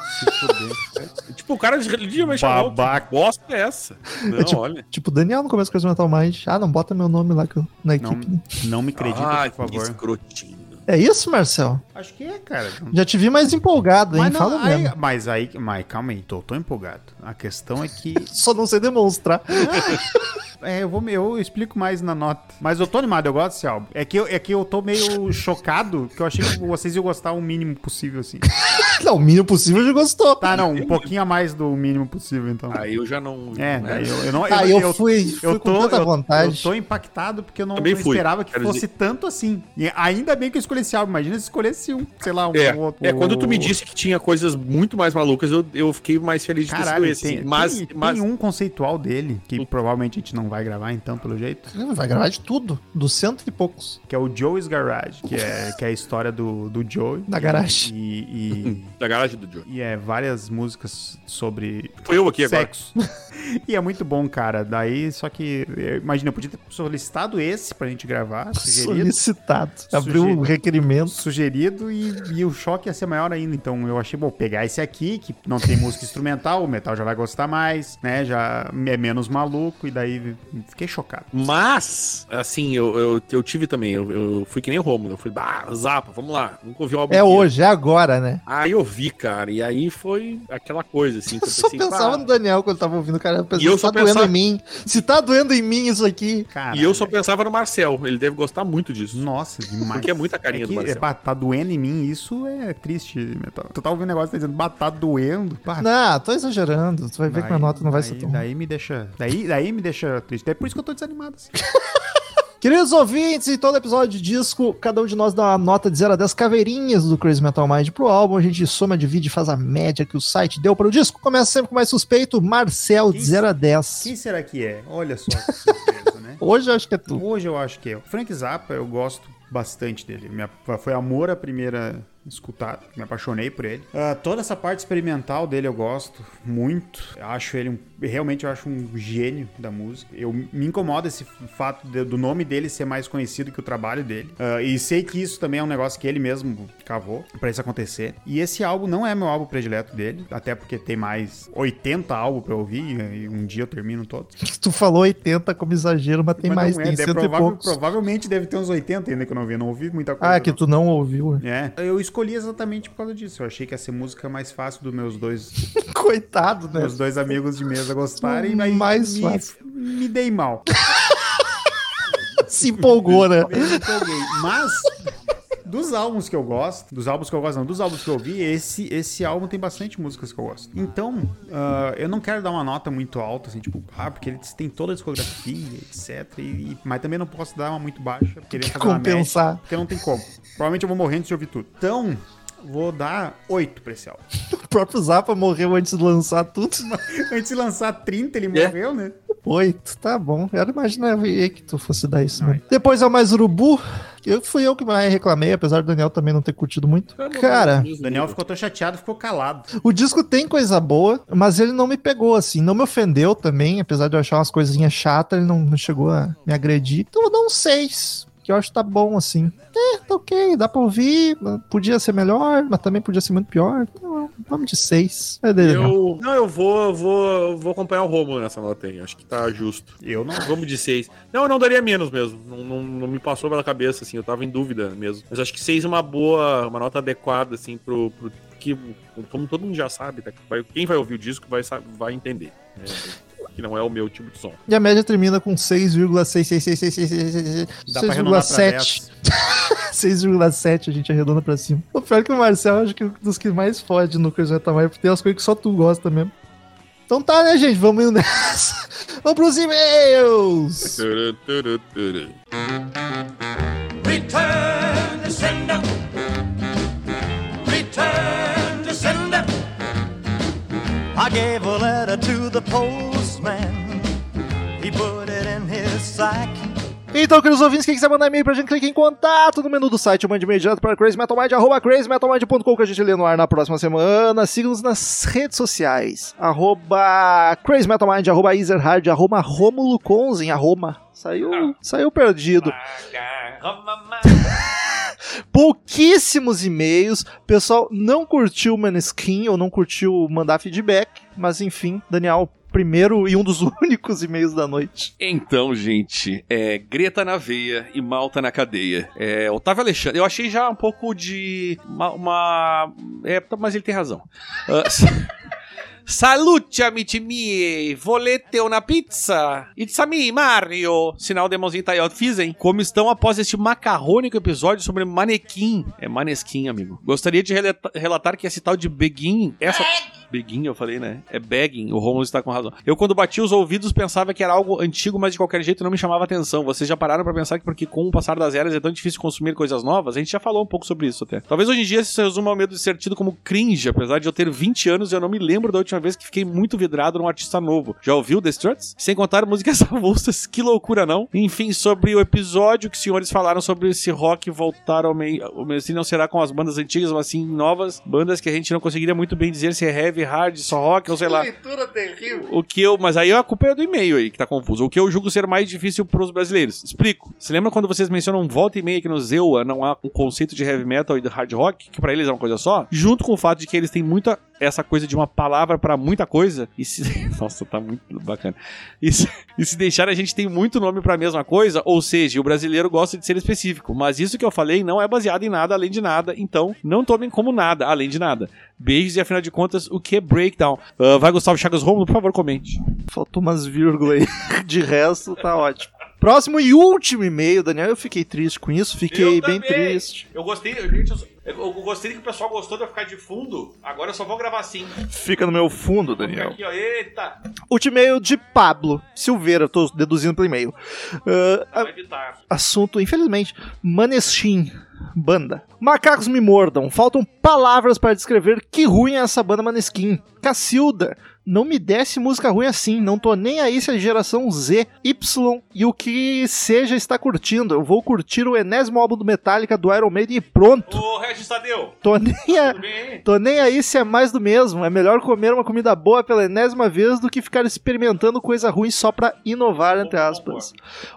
C: Tipo, o cara religiosamente
D: Babaca.
C: Que bosta é essa? Não,
B: É tipo-
C: olha.
B: Tipo, Daniel no começo do Crazy Metal Mind. Ah, não, bota meu nome lá que eu- na
D: Não,
B: equipe.
D: não me acredita,
C: ah,
D: por
C: que
D: favor.
C: escrotinho.
B: É isso, Marcel?
D: Acho que é, cara.
B: Já te vi mais empolgado, hein?
D: Mas, não,
B: Fala
D: aí,
B: mesmo.
D: mas aí, mas calma aí, tô, tô empolgado. A questão é que
B: Só não sei demonstrar.
D: É, eu, vou, me- eu explico mais na nota. Mas eu tô animado, eu gosto desse álbum. É que eu, é que eu tô meio chocado, que eu achei que vocês iam gostar o mínimo possível, assim.
B: Não, o mínimo possível já gostou.
D: Tá, não, um pouquinho a mais do mínimo possível, então.
C: Aí eu já não.
D: É,
C: né?
D: daí eu, eu não.
B: Ah, eu fui- fui com tanta
D: eu,
B: vontade.
D: Eu tô impactado porque eu não,
C: Também
D: não
C: fui,
D: esperava que
C: quero
D: fosse
C: dizer.
D: tanto assim. E ainda bem que eu escolhi esse álbum. Imagina se escolhesse um, sei lá, um
C: É,
D: outro.
C: é, quando tu me disse que tinha coisas muito mais malucas, eu, eu fiquei mais feliz de ter
D: Caralho,
C: sido esse.
D: tem,
C: assim. mas,
D: tem,
C: mas
D: tem um conceitual dele, que provavelmente a gente não vai gravar então, pelo jeito,
B: Vai gravar de tudo, dos cento e poucos.
D: que é o Joey's Garage, que é, que é a história do, do Joey.
B: Da garagem.
D: E,
C: da garagem do Joe.
D: e, e é várias músicas sobre
C: Foi eu aqui agora.
D: sexo. e é muito bom, cara. Daí, só que, eu- imagina, eu podia ter solicitado esse pra gente gravar, sugerido.
B: Solicitado. Abriu um
D: Sugerido.
B: requerimento.
D: sugerido e, e o choque ia ser maior ainda. Então eu achei, bom, pegar esse aqui, que não tem música instrumental, o metal já vai gostar mais, né? Já é menos maluco, e daí fiquei chocado.
C: Mas, assim, eu, eu, eu tive também. Eu, eu fui que nem o Romulo. Eu fui, bah, zapa, vamos lá. Nunca ouvi o álbum
B: É
C: inteiro.
B: hoje, é agora, né?
C: Aí eu vi, cara. E aí foi aquela coisa, assim. que
B: Eu só pensava
C: "Bah".
B: no Daniel quando tava ouvindo o cara. Eu pensava,
C: E eu
B: se
C: só
B: tá doendo
C: pensava-
B: em mim. Se tá doendo em mim isso aqui.
D: Cara,
C: E eu só pensava no Marcel. Ele deve gostar muito disso.
D: Nossa, demais.
C: Porque é muita carinha
D: é que,
C: do Marcel.
D: é, bah, tá doendo em mim, isso é triste, metal. Tu tá ouvindo um negócio tá dizendo, bah, tá doendo. Bah,
B: Não, tô exagerando. Tu vai ver que minha nota não vai
D: daí,
B: ser tão. ruim.
D: Daí me deixa. Daí, daí me deixa triste. É por isso que eu tô desanimado. Assim.
B: Queridos ouvintes, em todo episódio de disco, cada um de nós dá uma nota de 0 a 10 caveirinhas do Crazy Metal Mind pro álbum. A gente soma, divide e faz a média que o site deu para o disco. Começa sempre com o mais suspeito, Marcel, de
D: Quem-
B: 0 a 10.
D: Quem será que é? Olha só que surpresa, né?
B: Hoje eu acho que é tu.
D: Hoje eu acho que é. Frank Zappa, eu gosto bastante dele. Minha- foi amor a primeira escutada. Me apaixonei por ele. Ah, toda essa parte experimental dele eu gosto muito. Eu acho ele um, realmente eu acho um gênio da música. Eu me incomoda esse fato de- do nome dele ser mais conhecido que o trabalho dele. Ah, e sei que isso também é um negócio que ele mesmo cavou pra isso acontecer. E esse álbum não é meu álbum predileto dele, até porque tem mais 80 álbuns pra ouvir e um dia eu termino todos.
B: Tu falou 80 como exagero, mas tem
D: Mas
B: mais,
D: não é,
B: tem
D: deve-
B: cento e
D: provável-
B: poucos.
D: Provavelmente deve ter uns 80 ainda que eu não vi, não ouvi muita coisa.
B: Ah, que
D: não.
B: tu não ouviu.
D: É. Eu escolhi exatamente por causa disso. Eu achei que ia ser música mais fácil dos meus
B: É.
D: dois,
B: Coitado, né?
D: meus dois amigos de mesa gostarem, mas
B: Mais
D: me,
B: fácil.
D: me dei mal.
B: Se empolgou, né?
D: Eu me empolguei. Mas dos álbuns que eu gosto, dos álbuns que eu gosto, não, dos álbuns que eu ouvi, esse, esse álbum tem bastante músicas que eu gosto. Então, ah, eu não quero dar uma nota muito alta, assim, tipo, ah, porque ele tem toda a discografia, etc. e- mas também não posso dar uma muito baixa, porque
B: Que compensar.
D: porque não tem como. Provavelmente eu vou morrendo se eu ouvir tudo. Então, vou dar 8 pra esse álbum.
B: O próprio Zappa morreu antes de lançar tudo. né?
D: Antes de lançar 30, ele
C: É.
D: morreu, né?
B: Oito, tá bom. Eu não imaginava que tu fosse dar isso mesmo. Depois é o mais urubu. Eu fui eu que mais reclamei, apesar do Daniel também não ter curtido muito. Cara,
D: O Daniel ficou tão chateado, ficou calado.
B: o disco tem coisa boa, mas ele não me pegou assim, não me ofendeu também, apesar de eu achar umas coisinhas chatas, ele não, não chegou a me agredir. Então eu dou um seis, que eu acho que tá bom assim. É, tá ok, dá pra ouvir, mas podia ser melhor, mas também podia ser muito pior. Então, vamos de seis. É dele, Daniel.
C: Eu, não, eu vou, eu vou, eu vou acompanhar o Romulo nessa nota aí. Acho que tá justo.
D: Eu não.
C: Vamos de seis. Não, eu não daria menos mesmo. Não, não, não me passou pela cabeça, assim. Eu tava em dúvida mesmo. Mas acho que seis é uma boa, uma nota adequada, assim, pro. pro que, como todo mundo já sabe, tá? Vai- quem vai ouvir o disco vai, sa- vai entender. né? Que não é o meu tipo de som.
B: E a média termina com 6,6666666.
D: Dá pra arredondar pra
B: 6,7. 6,7 a gente arredonda pra cima. O pior é que o Marcel, acho que é um dos que mais fode no Crazy Metal Mind, porque tem umas coisas que só tu gosta mesmo. Então tá, né, gente? Vamos indo nessa. Vamos pros e-mails!
E: Turu, turu, turu.
F: Return to sender. Return to sender. I gave a letter to the postman. He put it in his sack.
B: Então, queridos ouvintes, quem quiser mandar e-mail pra gente, clique em contato no menu do site. Mande e-mail direto para crazymetalmind, arroba crazymetalmind.com que a gente lê no ar na próxima semana. Siga-nos nas redes sociais. Arroba crazymetalmind, arroba ezerhard, arroba romulo conzen, arroba... Saiu, saiu perdido. Pouquíssimos e-mails. O pessoal não curtiu o Maneskin ou não curtiu mandar feedback. Mas enfim, Daniel, primeiro e um dos únicos e-mails da noite.
E: Então, gente, é Greta na veia e Malta na cadeia. É, Otávio Alexandre, eu achei já um pouco de uma, uma- é, mas ele tem razão. Ah, s-
C: Salute, amici miei. Volete una pizza? It's a me, Mario. Sinal de mãozinha tá aí, ó. Fiz, hein? Como estão após este macarrônico episódio sobre manequim? É manesquim, amigo. Gostaria de relata- relatar que esse tal de Beguin... Essa... Beguin, eu falei, né? É begging, o Romulo está com razão. Eu, quando bati os ouvidos, pensava que era algo antigo, mas de qualquer jeito não me chamava atenção. Vocês já pararam pra pensar que porque com o passar das eras é tão difícil consumir coisas novas? A gente já falou um pouco sobre isso até. Talvez hoje em dia isso se resuma ao medo de ser tido como cringe, apesar de eu ter 20 anos e eu não me lembro da última vez que fiquei muito vidrado num artista novo. Já ouviu The Struts? Sem contar músicas avulsas, que loucura não? Enfim, sobre o episódio que os senhores falaram sobre esse rock voltar ao meio, ao meio assim, não será com as bandas antigas, mas sim novas bandas que a gente não conseguiria muito bem dizer se é heavy, hard, só rock ou sei lá.
H: Leitura terrível.
C: O que eu. Mas aí a culpa é do e-mail aí, que tá confuso. O que eu julgo ser mais difícil pros brasileiros. Explico. Se lembra quando vocês mencionam um volta e meia que no Zewa não há um conceito de heavy metal e de hard rock, que pra eles é uma coisa só? Junto com o fato de que eles têm muita. Essa coisa de uma palavra pra muita coisa. E se... Nossa, tá muito bacana. E se, e se deixar, a gente tem muito nome pra mesma coisa, ou seja, o brasileiro gosta de ser específico. Mas isso que eu falei não é baseado em nada além de nada, então não tomem como nada além de nada. Beijos e afinal de contas, o que é breakdown? Ah, vai, Gustavo Chagas Romulo, por favor, comente.
B: Faltou umas vírgulas aí. De resto, tá ótimo. Próximo e último e-mail, Daniel. Eu fiquei triste com isso, fiquei
C: Eu
B: bem
C: também.
B: triste.
C: Eu gostei, gente, eu, eu gostei que o pessoal gostou de eu ficar de fundo. Agora eu só vou gravar assim.
B: Fica no meu fundo, Daniel.
C: ó, eita,
B: Último e-mail de Pablo Silveira, eu tô deduzindo pelo e-mail. Ah, a-
C: evitar.
B: assunto, infelizmente, Maneskin. Banda. Macacos me mordam. Faltam palavras para descrever que ruim é essa banda Maneskin. Cacilda. Não me desce música ruim assim. Não tô nem aí se a geração Z, Y e o que seja está curtindo. Eu vou curtir o enésimo álbum do Metallica do Iron Maiden e pronto.
C: Ô, Regis Tadeu,
B: Tô nem, a-
C: tudo bem?
B: tô nem aí se é mais do mesmo. É melhor comer uma comida boa pela enésima vez do que ficar experimentando coisa ruim só pra inovar, entre aspas.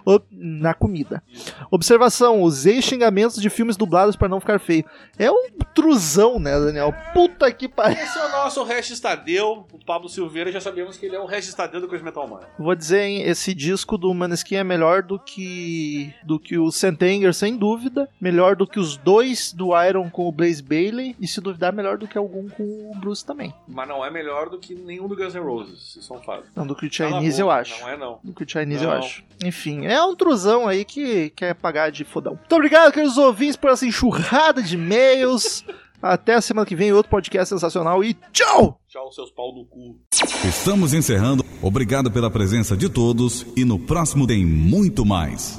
B: O- na comida. Observação: usei xingamentos de filmes dublados pra não ficar feio. É um truzão, né, Daniel? Puta que pariu.
C: Esse é o nosso Regis Tadeu, o Pablo Silveira, já sabemos que ele é o Regis Tadeu do Coisa Metal Man.
B: Vou dizer, hein, esse disco do Maneskin é melhor do que do que o Sentenger, sem dúvida. Melhor do que os dois do Iron com o Blaze Bailey. E se duvidar, melhor do que algum com o Bruce também.
C: Mas não é melhor do que nenhum do Guns N' Roses, isso é um fato.
B: Não, do que o
C: Cala a
B: Chinese eu
C: boca,
B: acho.
C: Não é não.
B: do que o Chinese, eu
C: Não.
B: acho. Enfim, é um truzão aí que quer pagar de fodão. Muito obrigado, queridos ouvintes, por essa enxurrada de e-mails. Até a semana que vem, outro podcast sensacional e tchau!
C: Tchau, seus pau no cu.
I: Estamos encerrando. Obrigado pela presença de todos e no próximo tem muito mais.